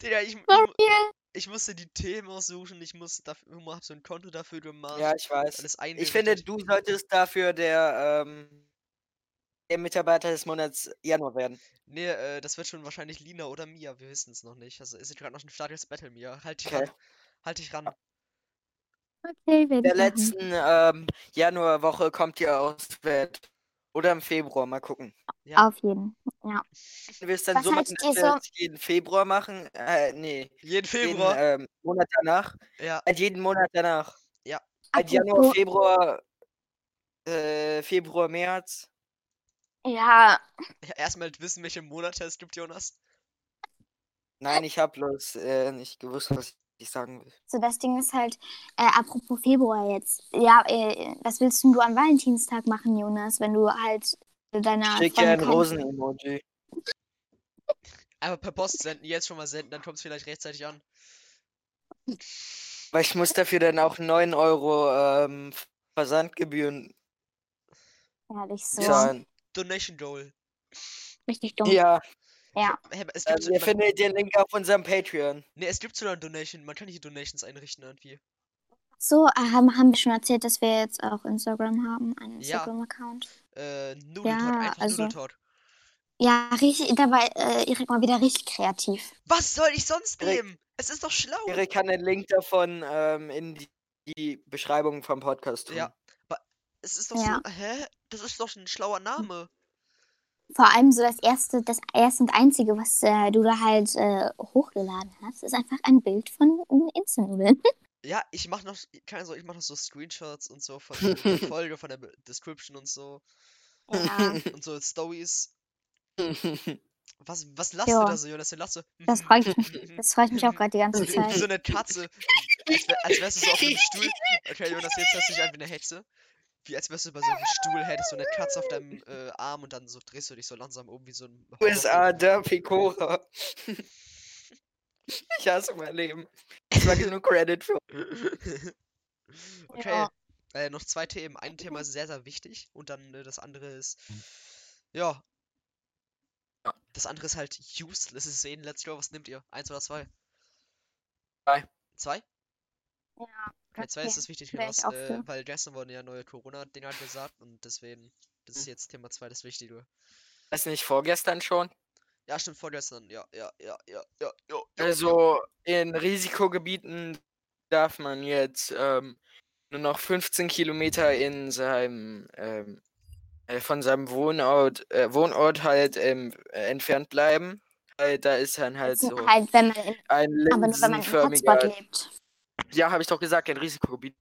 [SPEAKER 2] Digga, ich, ich, mu-
[SPEAKER 1] Sorry.
[SPEAKER 2] ich musste die Themen aussuchen, ich musste dafür, hab so ein Konto dafür gemacht,
[SPEAKER 3] ja, ich weiß.
[SPEAKER 2] alles
[SPEAKER 3] Ich finde,
[SPEAKER 2] eingerichtet.
[SPEAKER 3] du solltest dafür der, ähm, der Mitarbeiter des Monats Januar werden.
[SPEAKER 2] Nee, äh, das wird schon wahrscheinlich Lina oder Mia, wir wissen es noch nicht. Also ist gerade noch ein starkes Battle, Mia. Halt dich
[SPEAKER 3] Okay. Ah,
[SPEAKER 2] ran. Halt dich ran.
[SPEAKER 1] Okay, werde
[SPEAKER 3] Der
[SPEAKER 1] ich machen.
[SPEAKER 3] letzten ähm, Januarwoche kommt die Auswert. Oder im Februar, mal gucken.
[SPEAKER 2] Ja.
[SPEAKER 1] Auf jeden.
[SPEAKER 3] Wir es dann
[SPEAKER 1] Was
[SPEAKER 3] so machen,
[SPEAKER 1] haltet
[SPEAKER 3] dass
[SPEAKER 1] ihr
[SPEAKER 3] wir
[SPEAKER 1] so-
[SPEAKER 3] es jeden Februar machen. Äh, nee.
[SPEAKER 2] Jeden
[SPEAKER 3] Jeden
[SPEAKER 2] Februar.
[SPEAKER 3] ähm, Monat danach.
[SPEAKER 2] Ja.
[SPEAKER 3] Halt jeden Monat danach. Halt Januar,
[SPEAKER 1] Apropos,
[SPEAKER 3] Februar, äh, Februar, März.
[SPEAKER 1] ja,
[SPEAKER 2] ja. Erstmal wissen, welche Monate es gibt, Jonas.
[SPEAKER 3] Nein, ich habe bloß äh, nicht gewusst, was ich sagen will.
[SPEAKER 1] so das Ding ist halt, äh, apropos Februar jetzt. Ja, äh, was willst denn du am Valentinstag machen, Jonas, wenn du halt deiner
[SPEAKER 3] Schick dir
[SPEAKER 1] Freundin
[SPEAKER 3] ein
[SPEAKER 1] kein-
[SPEAKER 3] Rosen-Emoji.
[SPEAKER 2] Aber per Post senden, jetzt schon mal senden, dann kommt es vielleicht rechtzeitig an.
[SPEAKER 3] Weil ich muss dafür dann auch 9 Euro ähm, Versandgebühren
[SPEAKER 1] Ehrlich, so
[SPEAKER 3] zahlen.
[SPEAKER 2] Donation Goal.
[SPEAKER 1] richtig dumm.
[SPEAKER 3] Ja,
[SPEAKER 2] Hey, es
[SPEAKER 3] ähm,
[SPEAKER 2] gibt, so-
[SPEAKER 3] ihr
[SPEAKER 2] man,
[SPEAKER 3] findet den Link auf unserem Patreon.
[SPEAKER 2] nee, es gibt sogar Donation. Man kann hier Donations einrichten irgendwie.
[SPEAKER 1] So, äh, haben, haben wir schon erzählt, dass wir jetzt auch Instagram haben, einen
[SPEAKER 2] Ja.
[SPEAKER 1] Instagram-Account.
[SPEAKER 2] Äh, Nudeltort,
[SPEAKER 1] Ja,
[SPEAKER 2] einfach
[SPEAKER 1] also-
[SPEAKER 2] Nudeltort.
[SPEAKER 1] Ja, richtig, dabei äh, Erik mal wieder richtig kreativ.
[SPEAKER 2] Was soll ich sonst
[SPEAKER 3] Erik-
[SPEAKER 2] nehmen? Es ist doch schlau.
[SPEAKER 3] Erik kann den Link davon ähm, in die, die Beschreibung vom Podcast tun.
[SPEAKER 2] Ja. Es ist doch
[SPEAKER 1] Ja.
[SPEAKER 2] so, hä? Das ist doch ein schlauer Name.
[SPEAKER 1] Vor allem so das erste, das erste und einzige, was äh, du da halt äh, hochgeladen hast, ist einfach ein Bild von n- Instant-Nudeln.
[SPEAKER 2] Ja, ich mach noch, keine Sorge, ich mach noch so Screenshots und so von der- der Folge, von der Be- Description und so.
[SPEAKER 1] Ja,
[SPEAKER 2] Und so Stories. Was, was lachst
[SPEAKER 1] Ja.
[SPEAKER 2] du da so, Jonas? Du lachst so. hm,
[SPEAKER 1] das freut mich. Das freut mich auch gerade die ganze
[SPEAKER 2] Wie hm. so
[SPEAKER 1] Zeit.
[SPEAKER 2] eine Katze. Als, wär, als wärst du so auf einem Stuhl. Okay, Jonas, jetzt hörst du dich an wie eine Hexe. Wie als wärst du bei so einem Stuhl, hättest du eine Katze auf deinem äh, Arm und dann so drehst du dich so langsam um wie so ein.
[SPEAKER 3] USA der Picora. ich hasse mein Leben. Das war genug Credit für.
[SPEAKER 2] Okay.
[SPEAKER 1] Ja.
[SPEAKER 2] Äh, noch zwei Themen. Ein Thema ist sehr, sehr wichtig und dann äh, das andere ist.
[SPEAKER 3] Mhm.
[SPEAKER 2] Ja.
[SPEAKER 3] Ja.
[SPEAKER 2] Das andere ist halt useless. Es ist eh ein Let's Go. Was nehmt ihr? Eins oder zwei?
[SPEAKER 3] Zwei.
[SPEAKER 2] Zwei? Okay, zwei ist
[SPEAKER 1] Okay.
[SPEAKER 2] das wichtig,
[SPEAKER 1] wär ich
[SPEAKER 2] Jonas,
[SPEAKER 1] auch
[SPEAKER 2] äh,
[SPEAKER 1] für.
[SPEAKER 2] weil gestern wurden ja neue Corona-Dinger gesagt und deswegen, das
[SPEAKER 3] Mhm.
[SPEAKER 2] ist jetzt Thema zwei das Wichtige.
[SPEAKER 3] Das nicht vorgestern schon.
[SPEAKER 2] Ja, stimmt, vorgestern. Ja, ja, ja, ja, ja, ja. ja.
[SPEAKER 3] Also in Risikogebieten darf man jetzt ähm, nur noch 15 Kilometer in seinem ähm, äh, von seinem Wohnort, äh, Wohnort halt ähm, äh, entfernt bleiben. Weil Da ist dann halt
[SPEAKER 1] Das ist
[SPEAKER 3] so
[SPEAKER 1] Halt, wenn man in,
[SPEAKER 3] ein
[SPEAKER 1] aber nur wenn man im Hotspot
[SPEAKER 3] linsenförmiger.
[SPEAKER 1] lebt.
[SPEAKER 3] Ja, habe ich doch gesagt, ein Risikogebiet.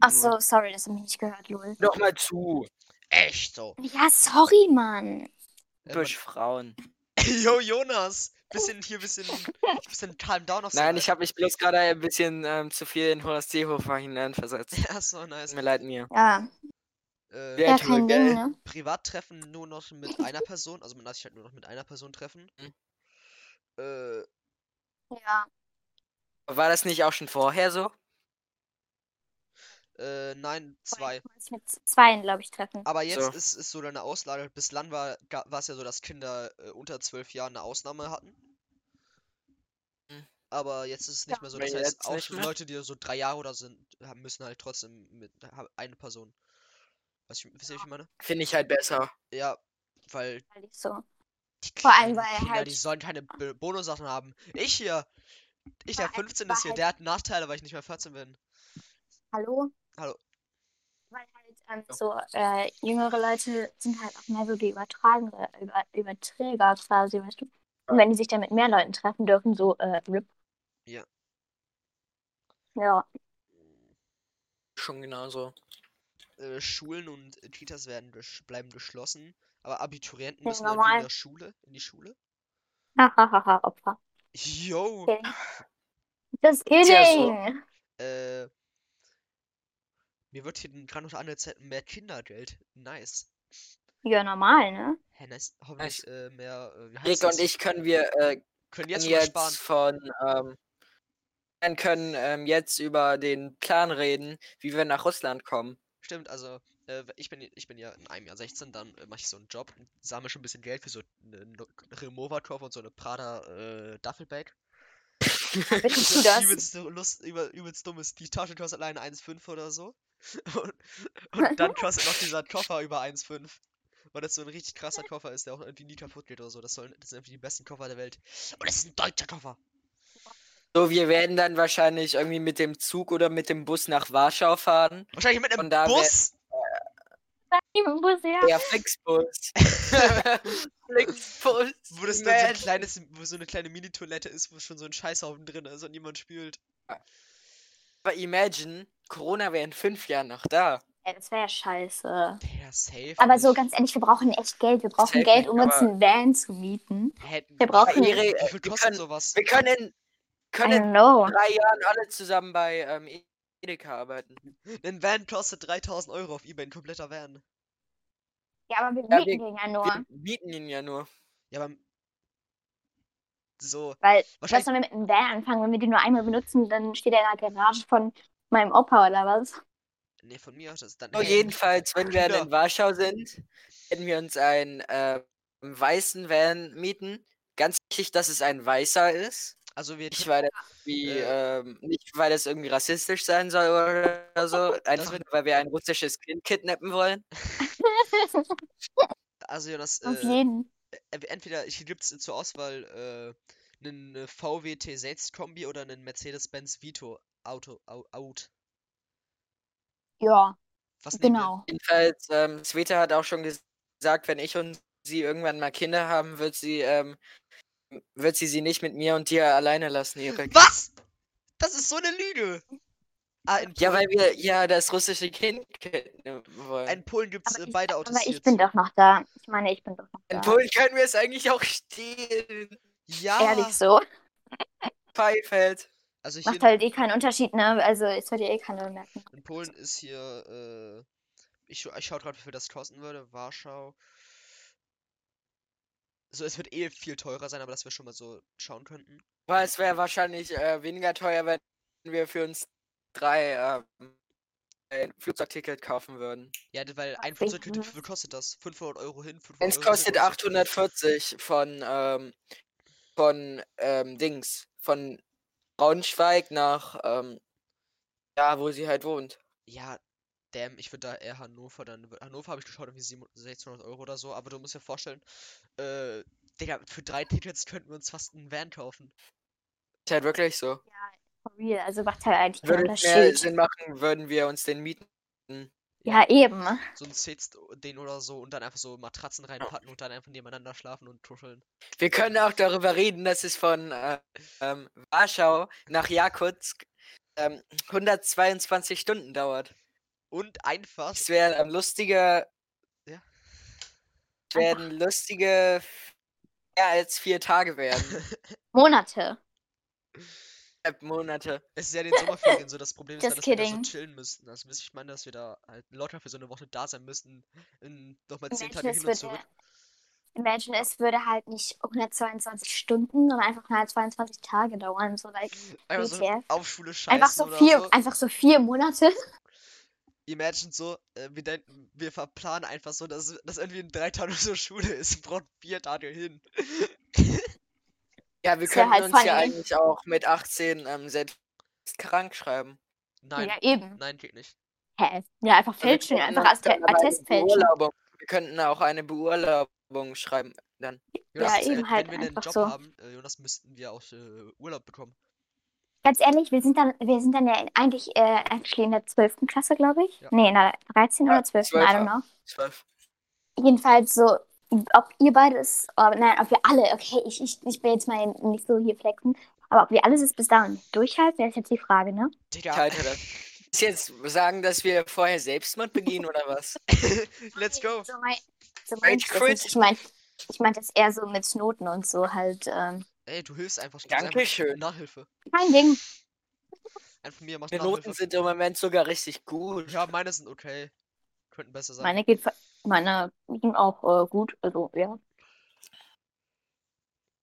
[SPEAKER 1] Achso, sorry, das habe ich nicht gehört, lol.
[SPEAKER 3] Doch mal zu.
[SPEAKER 2] Echt so.
[SPEAKER 1] Ja, sorry, Mann.
[SPEAKER 2] Äh,
[SPEAKER 3] Durch Frauen.
[SPEAKER 2] Yo, Jonas! Bisschen hier, bisschen, bisschen calm down auf so
[SPEAKER 3] Nein,
[SPEAKER 2] eine-
[SPEAKER 3] ich habe mich bloß gerade ein bisschen ähm, zu viel in Horst Seehofer hineinversetzt.
[SPEAKER 2] Ja, so nice.
[SPEAKER 3] Tut mir leid, mir.
[SPEAKER 1] Ja,
[SPEAKER 2] Äh,
[SPEAKER 3] Ja,
[SPEAKER 1] ja
[SPEAKER 3] Junge,
[SPEAKER 1] kein
[SPEAKER 3] gell?
[SPEAKER 1] Ding, ne?
[SPEAKER 2] Privattreffen nur noch mit einer Person, also man darf sich halt nur noch mit einer Person treffen.
[SPEAKER 3] Mhm.
[SPEAKER 2] Äh,
[SPEAKER 1] Ja.
[SPEAKER 3] War das nicht auch schon vorher so?
[SPEAKER 2] äh, nein, zwei.
[SPEAKER 1] Du kannst Mit zweien, glaube ich, treffen.
[SPEAKER 2] Aber jetzt
[SPEAKER 3] So.
[SPEAKER 2] ist, ist so eine Auslage. Bislang war ga- war es ja so, dass Kinder äh, unter zwölf Jahren eine Ausnahme hatten.
[SPEAKER 3] Mhm.
[SPEAKER 2] Aber jetzt ist es nicht
[SPEAKER 1] Ja.
[SPEAKER 2] mehr so.
[SPEAKER 3] Aber
[SPEAKER 2] Das heißt,
[SPEAKER 3] jetzt
[SPEAKER 2] auch
[SPEAKER 3] nicht mehr?
[SPEAKER 2] Leute, die so drei Jahre oder sind, haben- müssen halt trotzdem mit haben eine Person. Was ich, wisst ihr, wie ich meine?
[SPEAKER 3] Finde ich halt besser.
[SPEAKER 2] Ja, weil
[SPEAKER 1] Weil ich so.
[SPEAKER 2] die
[SPEAKER 1] Vor allem,
[SPEAKER 2] kleinen
[SPEAKER 1] weil er
[SPEAKER 2] Kinder,
[SPEAKER 1] halt-
[SPEAKER 2] die sollen keine Be- Bonussachen haben. Ich hier, ich
[SPEAKER 1] Vor
[SPEAKER 2] der
[SPEAKER 1] allem,
[SPEAKER 2] 15
[SPEAKER 1] weil
[SPEAKER 2] ist hier,
[SPEAKER 1] halt-
[SPEAKER 2] der hat Nachteile, weil ich nicht mehr 14 bin.
[SPEAKER 1] Hallo?
[SPEAKER 2] Hallo.
[SPEAKER 1] Weil halt ähm, so äh, jüngere Leute sind halt auch mehr so die Übertragende, über, Überträger quasi, weißt du? Und wenn die sich dann mit mehr Leuten treffen dürfen, so äh, RIP.
[SPEAKER 2] Ja.
[SPEAKER 1] Ja,
[SPEAKER 3] Schon genauso.
[SPEAKER 2] Äh, Schulen und äh, Kitas werden gesch bleiben geschlossen, aber Abiturienten
[SPEAKER 1] Ja,
[SPEAKER 2] müssen dann
[SPEAKER 1] normal.
[SPEAKER 2] wieder Schule, in die Schule.
[SPEAKER 1] hahaha, Opfer.
[SPEAKER 2] Yo,
[SPEAKER 1] Okay. Just kidding!
[SPEAKER 3] Tja, so.
[SPEAKER 2] äh, mir wird hier gerade noch andere Zeit mehr Kindergeld. Nice.
[SPEAKER 1] Ja, normal, ne?
[SPEAKER 2] Hä, nice. Hoffentlich äh, mehr. Äh, wie heißt
[SPEAKER 3] Rick
[SPEAKER 2] das?
[SPEAKER 3] und ich können wir äh,
[SPEAKER 2] können
[SPEAKER 3] jetzt,
[SPEAKER 2] jetzt, jetzt sparen.
[SPEAKER 3] von ähm, dann können ähm, jetzt über den Plan reden, wie wir nach Russland kommen.
[SPEAKER 2] Stimmt, also äh, w- ich bin ich bin ja in einem Jahr 16, dann äh, mache ich so einen Job, sammle schon ein bisschen Geld für so eine no Remover Trophy und so eine Prada äh, Duffelbag.
[SPEAKER 1] Bitte
[SPEAKER 2] So
[SPEAKER 1] tu
[SPEAKER 2] ein
[SPEAKER 1] das.
[SPEAKER 2] übelst, Lust, über, übelst dummes, die Tasche kostet alleine 1,5 oder so. Und, und dann kostet noch dieser Koffer über 1,5. Weil das so ein richtig krasser Koffer ist, der auch irgendwie nie kaputt geht oder so. Das, sollen, das sind irgendwie die besten Koffer der Welt. Und das ist ein deutscher Koffer.
[SPEAKER 3] So, wir werden dann wahrscheinlich irgendwie mit dem Zug oder mit dem Bus nach Warschau fahren.
[SPEAKER 2] Wahrscheinlich mit einem
[SPEAKER 3] Von da wär-
[SPEAKER 2] Bus.
[SPEAKER 1] Liebe Museum.
[SPEAKER 3] Der Flixbus. Flixbus.
[SPEAKER 2] Wo das dann so ein
[SPEAKER 3] Mensch.
[SPEAKER 2] kleines, wo so eine kleine Mini-Toilette ist, wo schon so ein Scheißhaufen drin ist und niemand spült.
[SPEAKER 3] Aber imagine, Corona wäre in fünf Jahren noch da.
[SPEAKER 1] Ey, das wäre ja scheiße.
[SPEAKER 2] Der safe.
[SPEAKER 1] Aber so
[SPEAKER 2] nicht.
[SPEAKER 1] ganz ehrlich, wir brauchen echt Geld. Wir brauchen
[SPEAKER 3] Safe
[SPEAKER 1] Geld,
[SPEAKER 3] halt nicht,
[SPEAKER 1] um uns
[SPEAKER 3] aber-
[SPEAKER 1] einen Van zu mieten.
[SPEAKER 2] Hä,
[SPEAKER 1] wir brauchen-
[SPEAKER 2] wie,
[SPEAKER 3] Ihre- äh,
[SPEAKER 2] wie viel
[SPEAKER 3] wir
[SPEAKER 2] kostet
[SPEAKER 3] können-
[SPEAKER 2] sowas?
[SPEAKER 3] Wir können,
[SPEAKER 1] I
[SPEAKER 3] können
[SPEAKER 1] don't know.
[SPEAKER 2] Oh.
[SPEAKER 3] in drei Jahren alle zusammen bei ähm, Edeka arbeiten.
[SPEAKER 2] Ein Van kostet 3000 Euro auf Ebay, ein kompletter Van.
[SPEAKER 1] Ja, aber wir
[SPEAKER 3] Ja,
[SPEAKER 1] mieten
[SPEAKER 3] wir-
[SPEAKER 1] den ja nur.
[SPEAKER 3] Wir bieten ihn ja nur.
[SPEAKER 2] Ja, aber. So,
[SPEAKER 1] Weil, was
[SPEAKER 2] wahrscheinlich.
[SPEAKER 1] sollen wir mit einem Van anfangen? Wenn wir den nur einmal benutzen, dann steht er in der Garage von meinem Opa oder was?
[SPEAKER 2] Nee, von mir aus das dann.
[SPEAKER 3] So,
[SPEAKER 2] hey,
[SPEAKER 3] jedenfalls, wenn wir
[SPEAKER 2] Kinder.
[SPEAKER 3] in Warschau sind, werden wir uns einen ähm, weißen Van mieten. Ganz wichtig, dass es ein weißer ist.
[SPEAKER 2] Also, wir.
[SPEAKER 3] Nicht, weil das, irgendwie, ähm, nicht, weil das irgendwie rassistisch sein soll oder so. Einfach
[SPEAKER 2] wird-
[SPEAKER 3] nur, weil wir ein russisches Kind kidnappen wollen.
[SPEAKER 2] Also, Jonas,
[SPEAKER 1] Auf
[SPEAKER 2] äh,
[SPEAKER 1] jeden.
[SPEAKER 2] ent- entweder hier gibt's zur Auswahl äh, einen VW T6 Kombi oder einen Mercedes-Benz Vito Auto. Au, out.
[SPEAKER 1] Ja,
[SPEAKER 2] Was nehmen wir?
[SPEAKER 1] genau.
[SPEAKER 3] Jedenfalls, ähm, Sveta hat auch schon ges- gesagt, wenn ich und sie irgendwann mal Kinder haben, wird sie, ähm, wird sie sie nicht mit mir und dir alleine lassen, ihre
[SPEAKER 1] Genau.
[SPEAKER 2] Was? Das ist so eine Lüge. Ah, in
[SPEAKER 3] Ja,
[SPEAKER 2] Polen,
[SPEAKER 3] weil wir ja das russische Kind kennen wollen.
[SPEAKER 2] in Polen gibt's
[SPEAKER 1] Aber
[SPEAKER 2] äh,
[SPEAKER 1] ich-
[SPEAKER 2] beide Autos.
[SPEAKER 1] Aber ich bin doch noch da. Ich meine, ich bin doch noch
[SPEAKER 3] in
[SPEAKER 1] da.
[SPEAKER 3] Polen können wir es eigentlich auch stehlen.
[SPEAKER 2] Ja,
[SPEAKER 1] Ehrlich so.
[SPEAKER 3] Pfeifeld.
[SPEAKER 2] also hier
[SPEAKER 1] Macht
[SPEAKER 2] in,
[SPEAKER 1] halt eh keinen Unterschied, ne? Also es wird ja eh keiner merken.
[SPEAKER 2] in Polen ist hier, äh, ich, scha- ich schau gerade, wie viel das kosten würde. Warschau. So, es wird eh viel teurer sein, aber dass wir schon mal so schauen könnten.
[SPEAKER 3] Aber es wäre wahrscheinlich äh, weniger teuer, wenn wir für uns drei ähm, ein Flugzeugticket kaufen würden.
[SPEAKER 2] Ja, d- weil ein
[SPEAKER 1] Ach,
[SPEAKER 2] Flugzeug, wie
[SPEAKER 1] mhm.
[SPEAKER 2] viel kostet das? 500 Euro hin, 500
[SPEAKER 3] Es
[SPEAKER 2] Euro
[SPEAKER 3] kostet
[SPEAKER 2] zurück.
[SPEAKER 3] 840 von, ähm, von ähm, Dings, von Braunschweig nach, ähm, ja, wo sie halt wohnt.
[SPEAKER 2] Ja, damn, ich würde da eher Hannover dann. Hannover habe ich geschaut, irgendwie 700 600 Euro oder so, aber du musst dir vorstellen, äh, Digga, für drei Tickets könnten wir uns fast einen Van kaufen.
[SPEAKER 3] Ist halt wirklich so.
[SPEAKER 1] For real. Also macht halt eigentlich keinen
[SPEAKER 3] Würde es mehr
[SPEAKER 1] Unterschied.
[SPEAKER 3] Sinn machen, würden wir uns den mieten.
[SPEAKER 1] Ja, eben.
[SPEAKER 2] So ein Sitz, den oder so und dann einfach so Matratzen reinpacken und dann einfach nebeneinander schlafen und tuscheln.
[SPEAKER 3] Wir können auch darüber reden, dass es von äh, ähm, Warschau nach Jakutsk ähm, 122 Stunden dauert.
[SPEAKER 2] Und einfach.
[SPEAKER 3] Es wäre ein lustiger.
[SPEAKER 2] Ja.
[SPEAKER 3] es Werden lustige mehr als vier Tage werden.
[SPEAKER 1] Monate.
[SPEAKER 3] Halb Monate.
[SPEAKER 2] Es ist ja in den Sommerferien so, das Problem ist, ja,
[SPEAKER 1] Just
[SPEAKER 2] dass wir da so
[SPEAKER 1] kidding.
[SPEAKER 2] chillen müssten. Das müsste ich meine, dass wir da halt locker für so eine Woche da sein müssten. In nochmal zehn
[SPEAKER 1] Imagine
[SPEAKER 2] Tage
[SPEAKER 1] es,
[SPEAKER 2] hin und
[SPEAKER 1] würde,
[SPEAKER 2] zurück.
[SPEAKER 1] imagine, es würde halt nicht 122 Stunden, sondern einfach 122 Tage dauern. So, like,
[SPEAKER 2] Einfach so
[SPEAKER 1] WTF.
[SPEAKER 2] auf Schule scheißen
[SPEAKER 1] einfach, so
[SPEAKER 2] oder
[SPEAKER 1] vier,
[SPEAKER 2] so.
[SPEAKER 1] einfach so vier Monate.
[SPEAKER 2] Imagine so, äh, wir denken, wir verplanen einfach so, dass, dass irgendwie in drei Tagen so Schule ist. Braucht vier Tage hin.
[SPEAKER 3] Ja, wir
[SPEAKER 1] Ist ja
[SPEAKER 3] können
[SPEAKER 1] halt
[SPEAKER 3] uns ja
[SPEAKER 1] funny.
[SPEAKER 3] eigentlich auch mit 18 ähm, selbst krank schreiben. Also
[SPEAKER 2] Nein,
[SPEAKER 1] Ja, eben.
[SPEAKER 2] nein, geht nicht.
[SPEAKER 1] Hä? Ja, einfach
[SPEAKER 3] Wir
[SPEAKER 1] fälschen.
[SPEAKER 3] könnten
[SPEAKER 1] Einfach
[SPEAKER 3] uns
[SPEAKER 1] als
[SPEAKER 3] dann aber eine
[SPEAKER 1] Attest fälschen.
[SPEAKER 3] Beurlaubung- Wir könnten auch eine Beurlaubung schreiben. Dann.
[SPEAKER 2] Jonas,
[SPEAKER 1] Ja,
[SPEAKER 2] jetzt,
[SPEAKER 1] eben
[SPEAKER 2] wenn,
[SPEAKER 1] halt
[SPEAKER 2] wenn wir einen
[SPEAKER 1] einfach
[SPEAKER 2] Job
[SPEAKER 1] so.
[SPEAKER 2] haben, äh, Jonas, müssten wir auch äh, Urlaub bekommen.
[SPEAKER 1] Ganz ehrlich, wir sind dann, wir sind dann ja in- eigentlich äh, actually in der 12. Klasse, glaube ich.
[SPEAKER 2] Ja.
[SPEAKER 1] Nee, in der 13.
[SPEAKER 3] Ja,
[SPEAKER 1] oder 12. I
[SPEAKER 3] 12,
[SPEAKER 1] don't know.
[SPEAKER 3] 12.
[SPEAKER 1] Jedenfalls so, ob ihr beides, oh, nein, ob wir alle, okay, ich, ich, ich will jetzt mal nicht so hier flexen, aber ob wir alles bis dahin durchhalten, das ist jetzt die Frage, ne?
[SPEAKER 2] Digga,
[SPEAKER 3] Ich halte das. Ist jetzt sagen, dass wir vorher Selbstmord begehen oder was?
[SPEAKER 2] let's go.
[SPEAKER 1] So mein, so
[SPEAKER 3] Rage
[SPEAKER 1] meinst du das
[SPEAKER 3] quit.
[SPEAKER 1] nicht. ich meine, ich meine das eher so mit Noten und so halt. Ähm,
[SPEAKER 2] Ey, du hilfst einfach. du bist einfach
[SPEAKER 3] Dankeschön.
[SPEAKER 2] Nachhilfe.
[SPEAKER 1] kein Ding.
[SPEAKER 2] Einfach mir macht
[SPEAKER 3] Die Noten
[SPEAKER 2] Nachhilfe.
[SPEAKER 3] sind im Moment sogar richtig gut.
[SPEAKER 2] Oh, Ja, meine sind okay. Könnten besser sein.
[SPEAKER 1] Meine geht, meine ging auch äh, gut, also ja.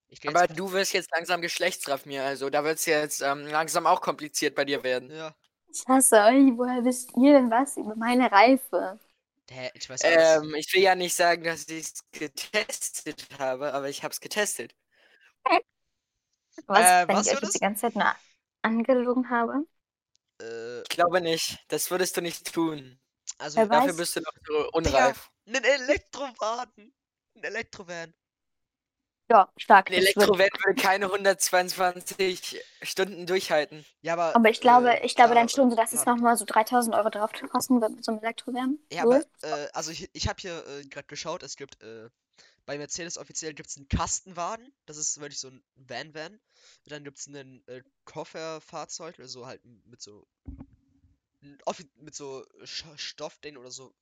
[SPEAKER 2] Ich geh jetzt
[SPEAKER 3] Aber
[SPEAKER 2] grad-
[SPEAKER 3] du wirst jetzt langsam geschlechtsreif mir, also da wird es jetzt ähm, langsam auch kompliziert bei dir werden.
[SPEAKER 2] Ja.
[SPEAKER 1] Ich hasse euch, woher wisst ihr denn was über meine Reife?
[SPEAKER 2] Hä, ich weiß alles.
[SPEAKER 3] Ähm, ich will ja nicht sagen, dass ich es getestet habe, aber ich habe es getestet.
[SPEAKER 1] Was,
[SPEAKER 2] Äh,
[SPEAKER 1] wenn
[SPEAKER 2] was
[SPEAKER 1] ich
[SPEAKER 2] war das?
[SPEAKER 1] euch jetzt die ganze Zeit nur angelogen habe?
[SPEAKER 2] Äh,
[SPEAKER 3] Ich glaube nicht, das würdest du nicht tun.
[SPEAKER 2] also,
[SPEAKER 1] Wer weiß?
[SPEAKER 3] Dafür bist du noch so unreif.
[SPEAKER 2] einen Elektrowagen. Ein Elektrovan.
[SPEAKER 1] Ja, stark.
[SPEAKER 3] Ein
[SPEAKER 1] das wird-
[SPEAKER 3] Elektrovan würde keine 122 Stunden durchhalten.
[SPEAKER 2] Ja, aber.
[SPEAKER 1] Aber ich glaube,
[SPEAKER 2] äh,
[SPEAKER 1] ich glaube
[SPEAKER 2] da-
[SPEAKER 1] dann schon, so dass es
[SPEAKER 2] da-
[SPEAKER 1] nochmal so 3000 Euro drauf kosten wird mit so einem Elektrowärmen.
[SPEAKER 2] Ja,
[SPEAKER 1] Cool.
[SPEAKER 2] aber, äh, also ich, ich habe hier äh, gerade geschaut, es gibt äh, bei Mercedes offiziell gibt's einen Kastenwagen, das ist wirklich so ein Van-Van. Dann gibt's einen äh, Kofferfahrzeug, also halt m- mit so n- offi- mit so Sch- Stoffding oder so,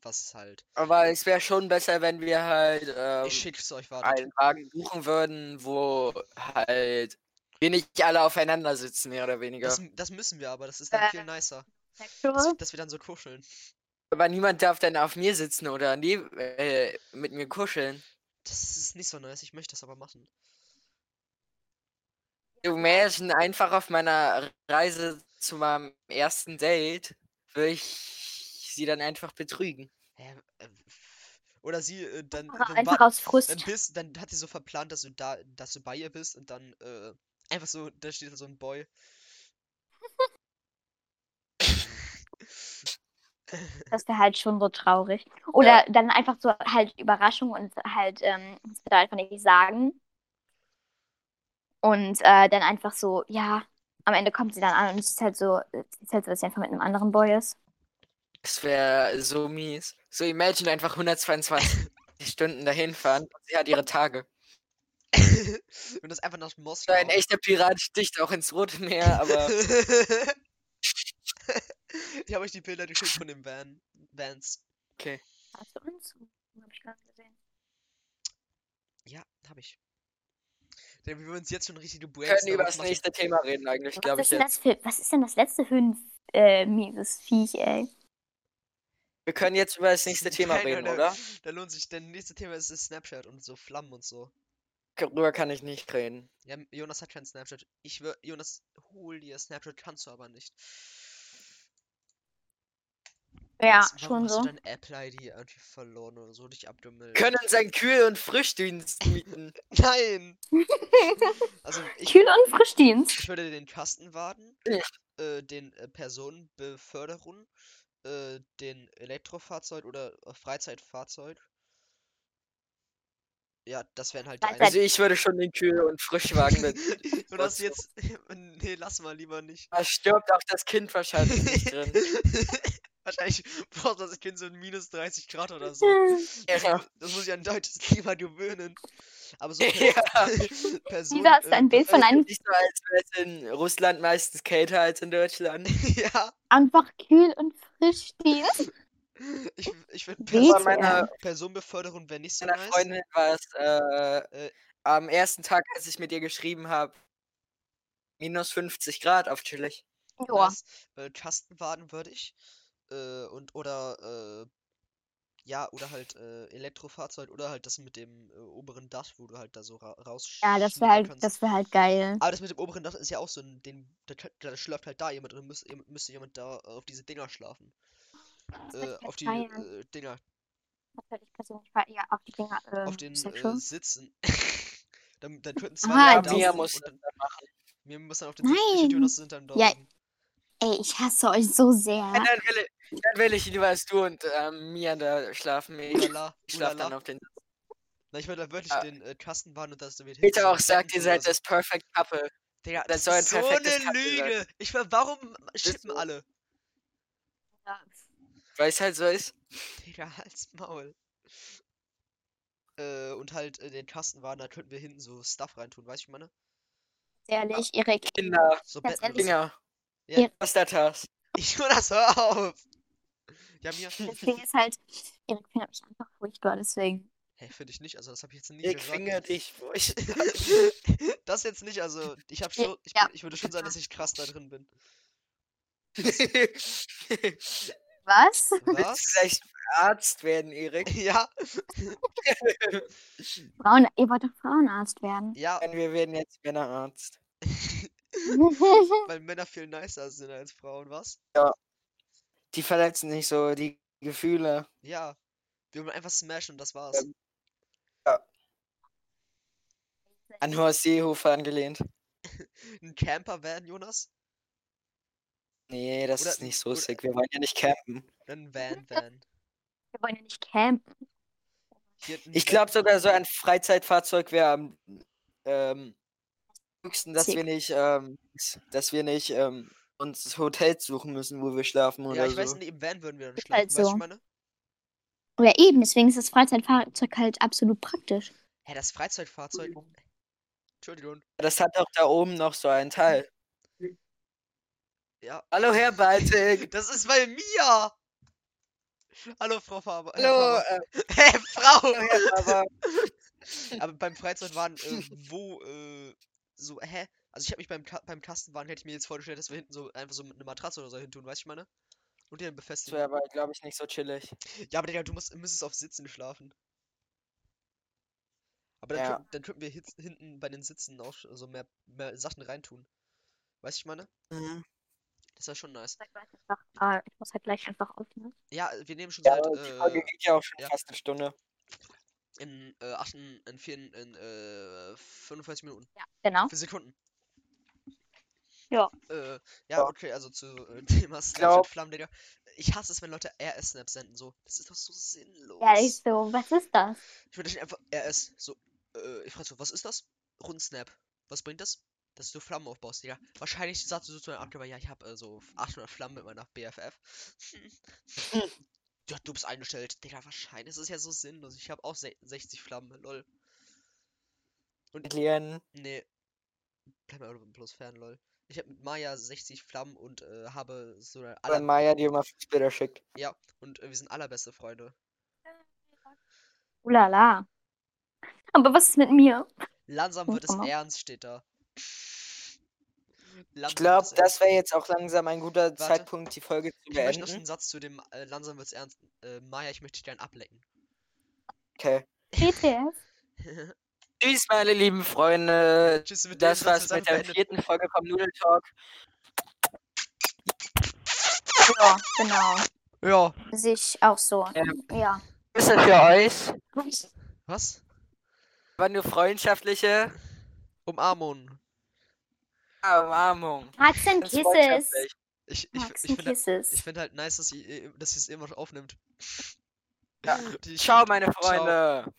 [SPEAKER 2] was halt.
[SPEAKER 3] Aber es wäre schon besser, wenn wir halt ähm,
[SPEAKER 2] Ich schick's euch, warte.
[SPEAKER 3] einen Wagen buchen würden, wo halt wir nicht alle aufeinander sitzen, mehr oder weniger.
[SPEAKER 2] Das, m- das müssen wir aber, das ist dann viel
[SPEAKER 1] Äh,
[SPEAKER 2] nicer, dass,
[SPEAKER 1] Elektro?
[SPEAKER 2] dass wir dann so kuscheln.
[SPEAKER 3] Aber niemand darf dann auf mir sitzen oder nie, äh, mit mir kuscheln.
[SPEAKER 2] Das ist nicht so nice, ich möchte das aber machen.
[SPEAKER 3] Imagine einfach auf meiner Reise zu meinem ersten Date würde ich sie dann einfach betrügen.
[SPEAKER 2] Hä, äh, oder sie äh, dann,
[SPEAKER 1] Einfach-
[SPEAKER 2] dann
[SPEAKER 1] Einfach
[SPEAKER 2] warten-
[SPEAKER 1] aus
[SPEAKER 2] dann
[SPEAKER 1] Frust.
[SPEAKER 2] bist, dann hat sie so verplant, dass du da, dass du bei ihr bist und dann äh, einfach so, da steht da so ein Boy.
[SPEAKER 1] Das wäre halt schon so traurig. Oder dann einfach so halt Überraschung und halt, ähm, das wird einfach nicht sagen. Und äh, dann einfach so, ja, am Ende kommt sie dann an und es ist halt so, es ist halt so, dass sie einfach mit einem anderen Boy ist.
[SPEAKER 3] Das wäre so mies. So imagine einfach 122. die Stunden dahin fahren. Und sie hat ihre Tage.
[SPEAKER 2] Und das einfach nach Moskau.
[SPEAKER 3] So ein
[SPEAKER 1] Genau.
[SPEAKER 3] echter Pirat sticht auch ins Rote Meer, aber
[SPEAKER 2] ich habe euch die Bilder geschickt von dem Van. Vans.
[SPEAKER 3] okay.
[SPEAKER 1] Hast du uns? Hab ich gar nicht gesehen.
[SPEAKER 2] Ja, habe ich. Denn wir würden uns jetzt schon richtige
[SPEAKER 3] Wir können
[SPEAKER 2] Brainstorming
[SPEAKER 3] über das
[SPEAKER 2] machen.
[SPEAKER 3] nächste Thema reden eigentlich, glaube
[SPEAKER 1] Was ist,
[SPEAKER 3] ich
[SPEAKER 1] denn
[SPEAKER 3] jetzt.
[SPEAKER 1] das für, was ist denn das letzte Höhen, äh, mieses Viech, ey?
[SPEAKER 3] Wir können jetzt über das nächste Thema
[SPEAKER 2] Nein,
[SPEAKER 3] reden,
[SPEAKER 2] Leute.
[SPEAKER 3] oder?
[SPEAKER 2] Da lohnt sich. Denn nächste Thema ist, ist Snapchat und so Flammen und so.
[SPEAKER 3] Darüber kann ich nicht reden.
[SPEAKER 2] Ja, M- Jonas hat kein Snapchat. Ich will. Jonas, hol dir Snapchat, kannst du aber nicht.
[SPEAKER 1] Ja,
[SPEAKER 2] Jonas, warum
[SPEAKER 1] schon
[SPEAKER 2] hast
[SPEAKER 1] so.
[SPEAKER 2] Du dein Apple-ID irgendwie verloren oder so, dich abgemeldet.
[SPEAKER 3] Wir können uns einen Kühl- und Frischdienst mieten.
[SPEAKER 2] Nein! also, ich,
[SPEAKER 1] Kühl- und Frischdienst.
[SPEAKER 2] ich würde den Kastenwagen,
[SPEAKER 3] Ja.
[SPEAKER 2] äh, den äh, Personenbeförderung, äh, den Elektrofahrzeug oder äh, Freizeitfahrzeug. Ja, das wären halt die
[SPEAKER 1] Freizeit-
[SPEAKER 3] Also ich würde schon den Kühl- und Frischwagen mit.
[SPEAKER 2] Einzel- Und das
[SPEAKER 3] bevorzugen.
[SPEAKER 2] jetzt. nee, lass mal lieber nicht.
[SPEAKER 3] Da stirbt auch das Kind wahrscheinlich nicht drin.
[SPEAKER 2] Wahrscheinlich braucht das Kind so ein minus 30 Grad oder so. Das,
[SPEAKER 3] Ja.
[SPEAKER 2] mu- das muss sich an deutsches Klima gewöhnen. Aber so
[SPEAKER 3] Ja.
[SPEAKER 2] Person, ähm,
[SPEAKER 1] Lisa, hast du ein Bild von einem
[SPEAKER 3] Nicht so, als wäre es in Russland meistens kälter als in Deutschland.
[SPEAKER 2] ja,
[SPEAKER 1] einfach Kühl- und Frischdienst?
[SPEAKER 2] ich, ich finde
[SPEAKER 1] Bild
[SPEAKER 2] Person, äh,
[SPEAKER 3] Von meiner,
[SPEAKER 2] Personenbeförderung wäre nicht so
[SPEAKER 3] meiner
[SPEAKER 2] nice.
[SPEAKER 3] Freundin war es äh,
[SPEAKER 2] Äh.
[SPEAKER 3] am ersten Tag, als ich mit ihr geschrieben habe, minus 50 Grad auf Chillig.
[SPEAKER 1] Joa.
[SPEAKER 2] Nice. Äh, Kastenwagen würde ich. Äh, und oder äh, ja, oder halt äh, Elektrofahrzeug oder halt das mit dem äh, oberen Dach, wo du halt da so ra raus
[SPEAKER 1] Ja, das wäre halt,
[SPEAKER 2] kannst.
[SPEAKER 1] das wär halt geil.
[SPEAKER 2] Aber das mit dem oberen Dach ist ja auch so ein Ding, da, kann- da schlaft halt da jemand und dann müß, jem- müsste jemand da auf diese Dinger schlafen. Äh,
[SPEAKER 1] wird
[SPEAKER 2] auf die
[SPEAKER 1] feiern.
[SPEAKER 2] äh, Dinger,
[SPEAKER 1] Das würde ich persönlich ver- ja, auf die Dinger. Ähm,
[SPEAKER 2] auf den äh,
[SPEAKER 1] sexual.
[SPEAKER 2] Sitzen. dann, dann könnten zwei
[SPEAKER 1] Aha,
[SPEAKER 2] Leute
[SPEAKER 1] die-
[SPEAKER 2] da
[SPEAKER 3] Mia
[SPEAKER 2] sitzen
[SPEAKER 3] muss
[SPEAKER 2] und
[SPEAKER 3] das
[SPEAKER 2] dann, Mia muss dann auf den Sitzen, ich
[SPEAKER 1] Nein.
[SPEAKER 2] und Jonas sind dann dort.
[SPEAKER 1] Ja.
[SPEAKER 2] äh,
[SPEAKER 1] Ey, ich hasse euch so sehr.
[SPEAKER 3] Dann, will ich, dann will ich lieber als du und ähm, Mia da schlafen. Ich
[SPEAKER 2] Ulala,
[SPEAKER 3] schlafe dann
[SPEAKER 2] ulala.
[SPEAKER 3] auf den.
[SPEAKER 2] Na, ich würde da wirklich
[SPEAKER 3] Ja.
[SPEAKER 2] den äh, Kastenwagen und das damit
[SPEAKER 3] Peter auch sagt, ihr seid das Perfect Couple.
[SPEAKER 2] Digga,
[SPEAKER 3] das
[SPEAKER 2] das
[SPEAKER 3] soll ein
[SPEAKER 2] ist so
[SPEAKER 3] perfektes
[SPEAKER 2] eine
[SPEAKER 3] Couple sein.
[SPEAKER 2] Lüge. Ich meine, warum schippen
[SPEAKER 3] so.
[SPEAKER 2] alle?
[SPEAKER 3] Weil es halt so ist.
[SPEAKER 2] Digga, halt's Maul. Äh, und halt äh, den Kastenwagen, da könnten wir hinten so Stuff reintun, weißt du, wie ich meine?
[SPEAKER 1] Ehrlich, Erik.
[SPEAKER 3] Kinder,
[SPEAKER 2] So
[SPEAKER 1] Ganz
[SPEAKER 2] Betten oder so.
[SPEAKER 3] Kinder.
[SPEAKER 2] Ja.
[SPEAKER 3] Bastertas.
[SPEAKER 2] Ich höre das, hör auf! Ja, mir.
[SPEAKER 1] Das Ding ist halt, Erik findet mich einfach furchtbar, deswegen.
[SPEAKER 2] Hey, für dich nicht, also das habe ich jetzt nie
[SPEAKER 3] Ich
[SPEAKER 2] gesagt.
[SPEAKER 3] finger dich. wo ich-
[SPEAKER 2] das jetzt nicht, also ich habe
[SPEAKER 1] Ja,
[SPEAKER 2] schon, ich,
[SPEAKER 1] ja.
[SPEAKER 2] bin, ich würde schon sagen, dass ich krass da drin bin.
[SPEAKER 3] Willst
[SPEAKER 1] Was?
[SPEAKER 3] du
[SPEAKER 2] Was?
[SPEAKER 3] vielleicht Arzt werden, Erik?
[SPEAKER 2] Ja,
[SPEAKER 1] Frauen, ihr wollt doch Frauenarzt werden.
[SPEAKER 2] ja,
[SPEAKER 3] Nein, wir werden jetzt Männerarzt.
[SPEAKER 2] weil Männer viel nicer sind als Frauen, was?
[SPEAKER 3] Die verletzen nicht so die Gefühle.
[SPEAKER 2] Ja. Wir wollen einfach smashen, das war's.
[SPEAKER 3] Ähm. An Horst Seehofer angelehnt.
[SPEAKER 2] Ein Camper Van, Jonas?
[SPEAKER 3] Nee, das
[SPEAKER 2] Oder-
[SPEAKER 3] ist nicht so
[SPEAKER 2] oder-
[SPEAKER 3] sick. Wir wollen ja nicht campen.
[SPEAKER 2] Ein Van Van.
[SPEAKER 1] Wir wollen ja nicht campen.
[SPEAKER 2] Hier ein
[SPEAKER 3] Ich glaube sogar, so ein Freizeitfahrzeug wäre am ähm, höchsten, dass
[SPEAKER 1] Sick.
[SPEAKER 3] wir nicht, ähm, dass wir nicht ähm, uns Hotels suchen müssen, wo wir schlafen
[SPEAKER 2] Van.
[SPEAKER 3] oder
[SPEAKER 2] Ja, ich
[SPEAKER 3] so.
[SPEAKER 2] weiß nicht, im Van würden wir dann
[SPEAKER 1] Ist
[SPEAKER 2] schlafen,
[SPEAKER 1] halt
[SPEAKER 2] weißt du, was
[SPEAKER 1] so.
[SPEAKER 2] ich meine?
[SPEAKER 1] Ja, eben, deswegen ist das Freizeitfahrzeug halt absolut praktisch.
[SPEAKER 2] Hä, das Freizeitfahrzeug.
[SPEAKER 3] Mhm.
[SPEAKER 2] Entschuldigung.
[SPEAKER 3] Das hat doch da oben noch so einen Teil.
[SPEAKER 2] Ja.
[SPEAKER 3] Hallo Herr Baltic.
[SPEAKER 2] Das ist bei mir! Hallo, Frau Faber. Herr
[SPEAKER 3] Hallo,
[SPEAKER 2] Faber.
[SPEAKER 3] äh,
[SPEAKER 2] Hey, Frau!
[SPEAKER 3] hallo Herr Faber.
[SPEAKER 2] Aber beim Freizeitwagen, äh, wo, äh, so, hä? Also ich habe mich beim, Ka beim Kastenwagen, hätte ich mir jetzt vorgestellt, dass wir hinten so einfach so eine Matratze oder so hin tun, weißt du, ich meine? Und die dann
[SPEAKER 3] Das
[SPEAKER 2] befestigen.
[SPEAKER 3] wäre aber, glaube ich, nicht so chillig.
[SPEAKER 2] Ja, aber Digga, du musst, müsstest auf Sitzen schlafen. Aber dann,
[SPEAKER 3] Ja.
[SPEAKER 2] könnten, dann könnten wir hitz- hinten bei den Sitzen auch sch- so mehr, mehr Sachen reintun. Weißt du, ich meine? Das wäre schon nice.
[SPEAKER 1] Ich, weiß einfach, äh, ich muss halt gleich einfach aufnehmen.
[SPEAKER 2] Ja, wir nehmen schon
[SPEAKER 3] Ja,
[SPEAKER 2] seit,
[SPEAKER 3] aber die Folge
[SPEAKER 2] äh,
[SPEAKER 3] geht ja auch schon
[SPEAKER 2] ja.
[SPEAKER 3] fast eine Stunde.
[SPEAKER 2] in, äh, achten, in vielen, in, äh, 45 Minuten.
[SPEAKER 1] Ja, genau.
[SPEAKER 2] Für Sekunden.
[SPEAKER 1] Ja.
[SPEAKER 2] Äh, ja,
[SPEAKER 3] Ja.
[SPEAKER 2] okay, also zu äh, Thema
[SPEAKER 3] glaub-
[SPEAKER 2] Snapchat Flammen, Digga. Ich hasse es, wenn Leute RS-Snaps senden, so. Das ist doch so sinnlos.
[SPEAKER 1] Ja, ich so, was ist das?
[SPEAKER 2] Ich würde nicht einfach RS, so, äh, ich frage so, was ist das? Rundsnap. Was bringt das? Dass du Flammen aufbaust, Digga. Wahrscheinlich
[SPEAKER 3] Hm.
[SPEAKER 2] sagst du so zu deinem Abgeber, ja, ich habe äh, so 800 Flammen mit meiner BFF. Ja, du bist eingestellt. Digga, wahrscheinlich. Das ist ja so sinnlos. Ich habe auch se- 60 Flammen, lol.
[SPEAKER 3] Alien.
[SPEAKER 2] Nee. Bleib mir bloß fern, lol. Ich habe mit Maya 60 Flammen und äh, habe so eine aller
[SPEAKER 3] Oder Maya, die immer später schickt.
[SPEAKER 2] ja und äh, wir sind allerbeste Freunde.
[SPEAKER 1] Ulala. Aber was ist mit mir?
[SPEAKER 2] Langsam wird es
[SPEAKER 1] Oha.
[SPEAKER 2] ernst, steht da.
[SPEAKER 3] Ich glaube, das wäre jetzt auch langsam ein guter
[SPEAKER 2] äh, Warte.
[SPEAKER 3] Zeitpunkt, die Folge zu
[SPEAKER 2] Ich möchte noch
[SPEAKER 3] beenden.
[SPEAKER 2] einen Satz zu dem äh, langsam wird's ernst. Äh, Maya, ich möchte dich gern ablecken.
[SPEAKER 3] Okay.
[SPEAKER 1] PTS?
[SPEAKER 3] Tschüss, meine lieben Freunde.
[SPEAKER 2] Tschüss mit dem
[SPEAKER 3] Das
[SPEAKER 2] Satz wird's
[SPEAKER 3] war's mit
[SPEAKER 2] einfach
[SPEAKER 3] der
[SPEAKER 2] beendet.
[SPEAKER 3] vierten Folge vom Nudel Talk.
[SPEAKER 1] Ja, genau.
[SPEAKER 2] Ja.
[SPEAKER 1] Sehe ich auch so.
[SPEAKER 3] Ähm.
[SPEAKER 1] Ja.
[SPEAKER 3] Ist das für euch?
[SPEAKER 2] Was?
[SPEAKER 3] War nur freundschaftliche
[SPEAKER 2] Umarmung.
[SPEAKER 3] Umarmung.
[SPEAKER 1] Hearts and
[SPEAKER 3] Das ist
[SPEAKER 1] Kisses.
[SPEAKER 3] freundschaftlich.
[SPEAKER 2] Ich, ich,
[SPEAKER 1] Hugs
[SPEAKER 2] ich
[SPEAKER 1] and
[SPEAKER 2] finde ich
[SPEAKER 1] Kisses.
[SPEAKER 2] find halt nice, dass sie, dass sie es immer noch aufnimmt.
[SPEAKER 3] Ja.
[SPEAKER 2] Die-
[SPEAKER 3] Ciao, meine Freunde.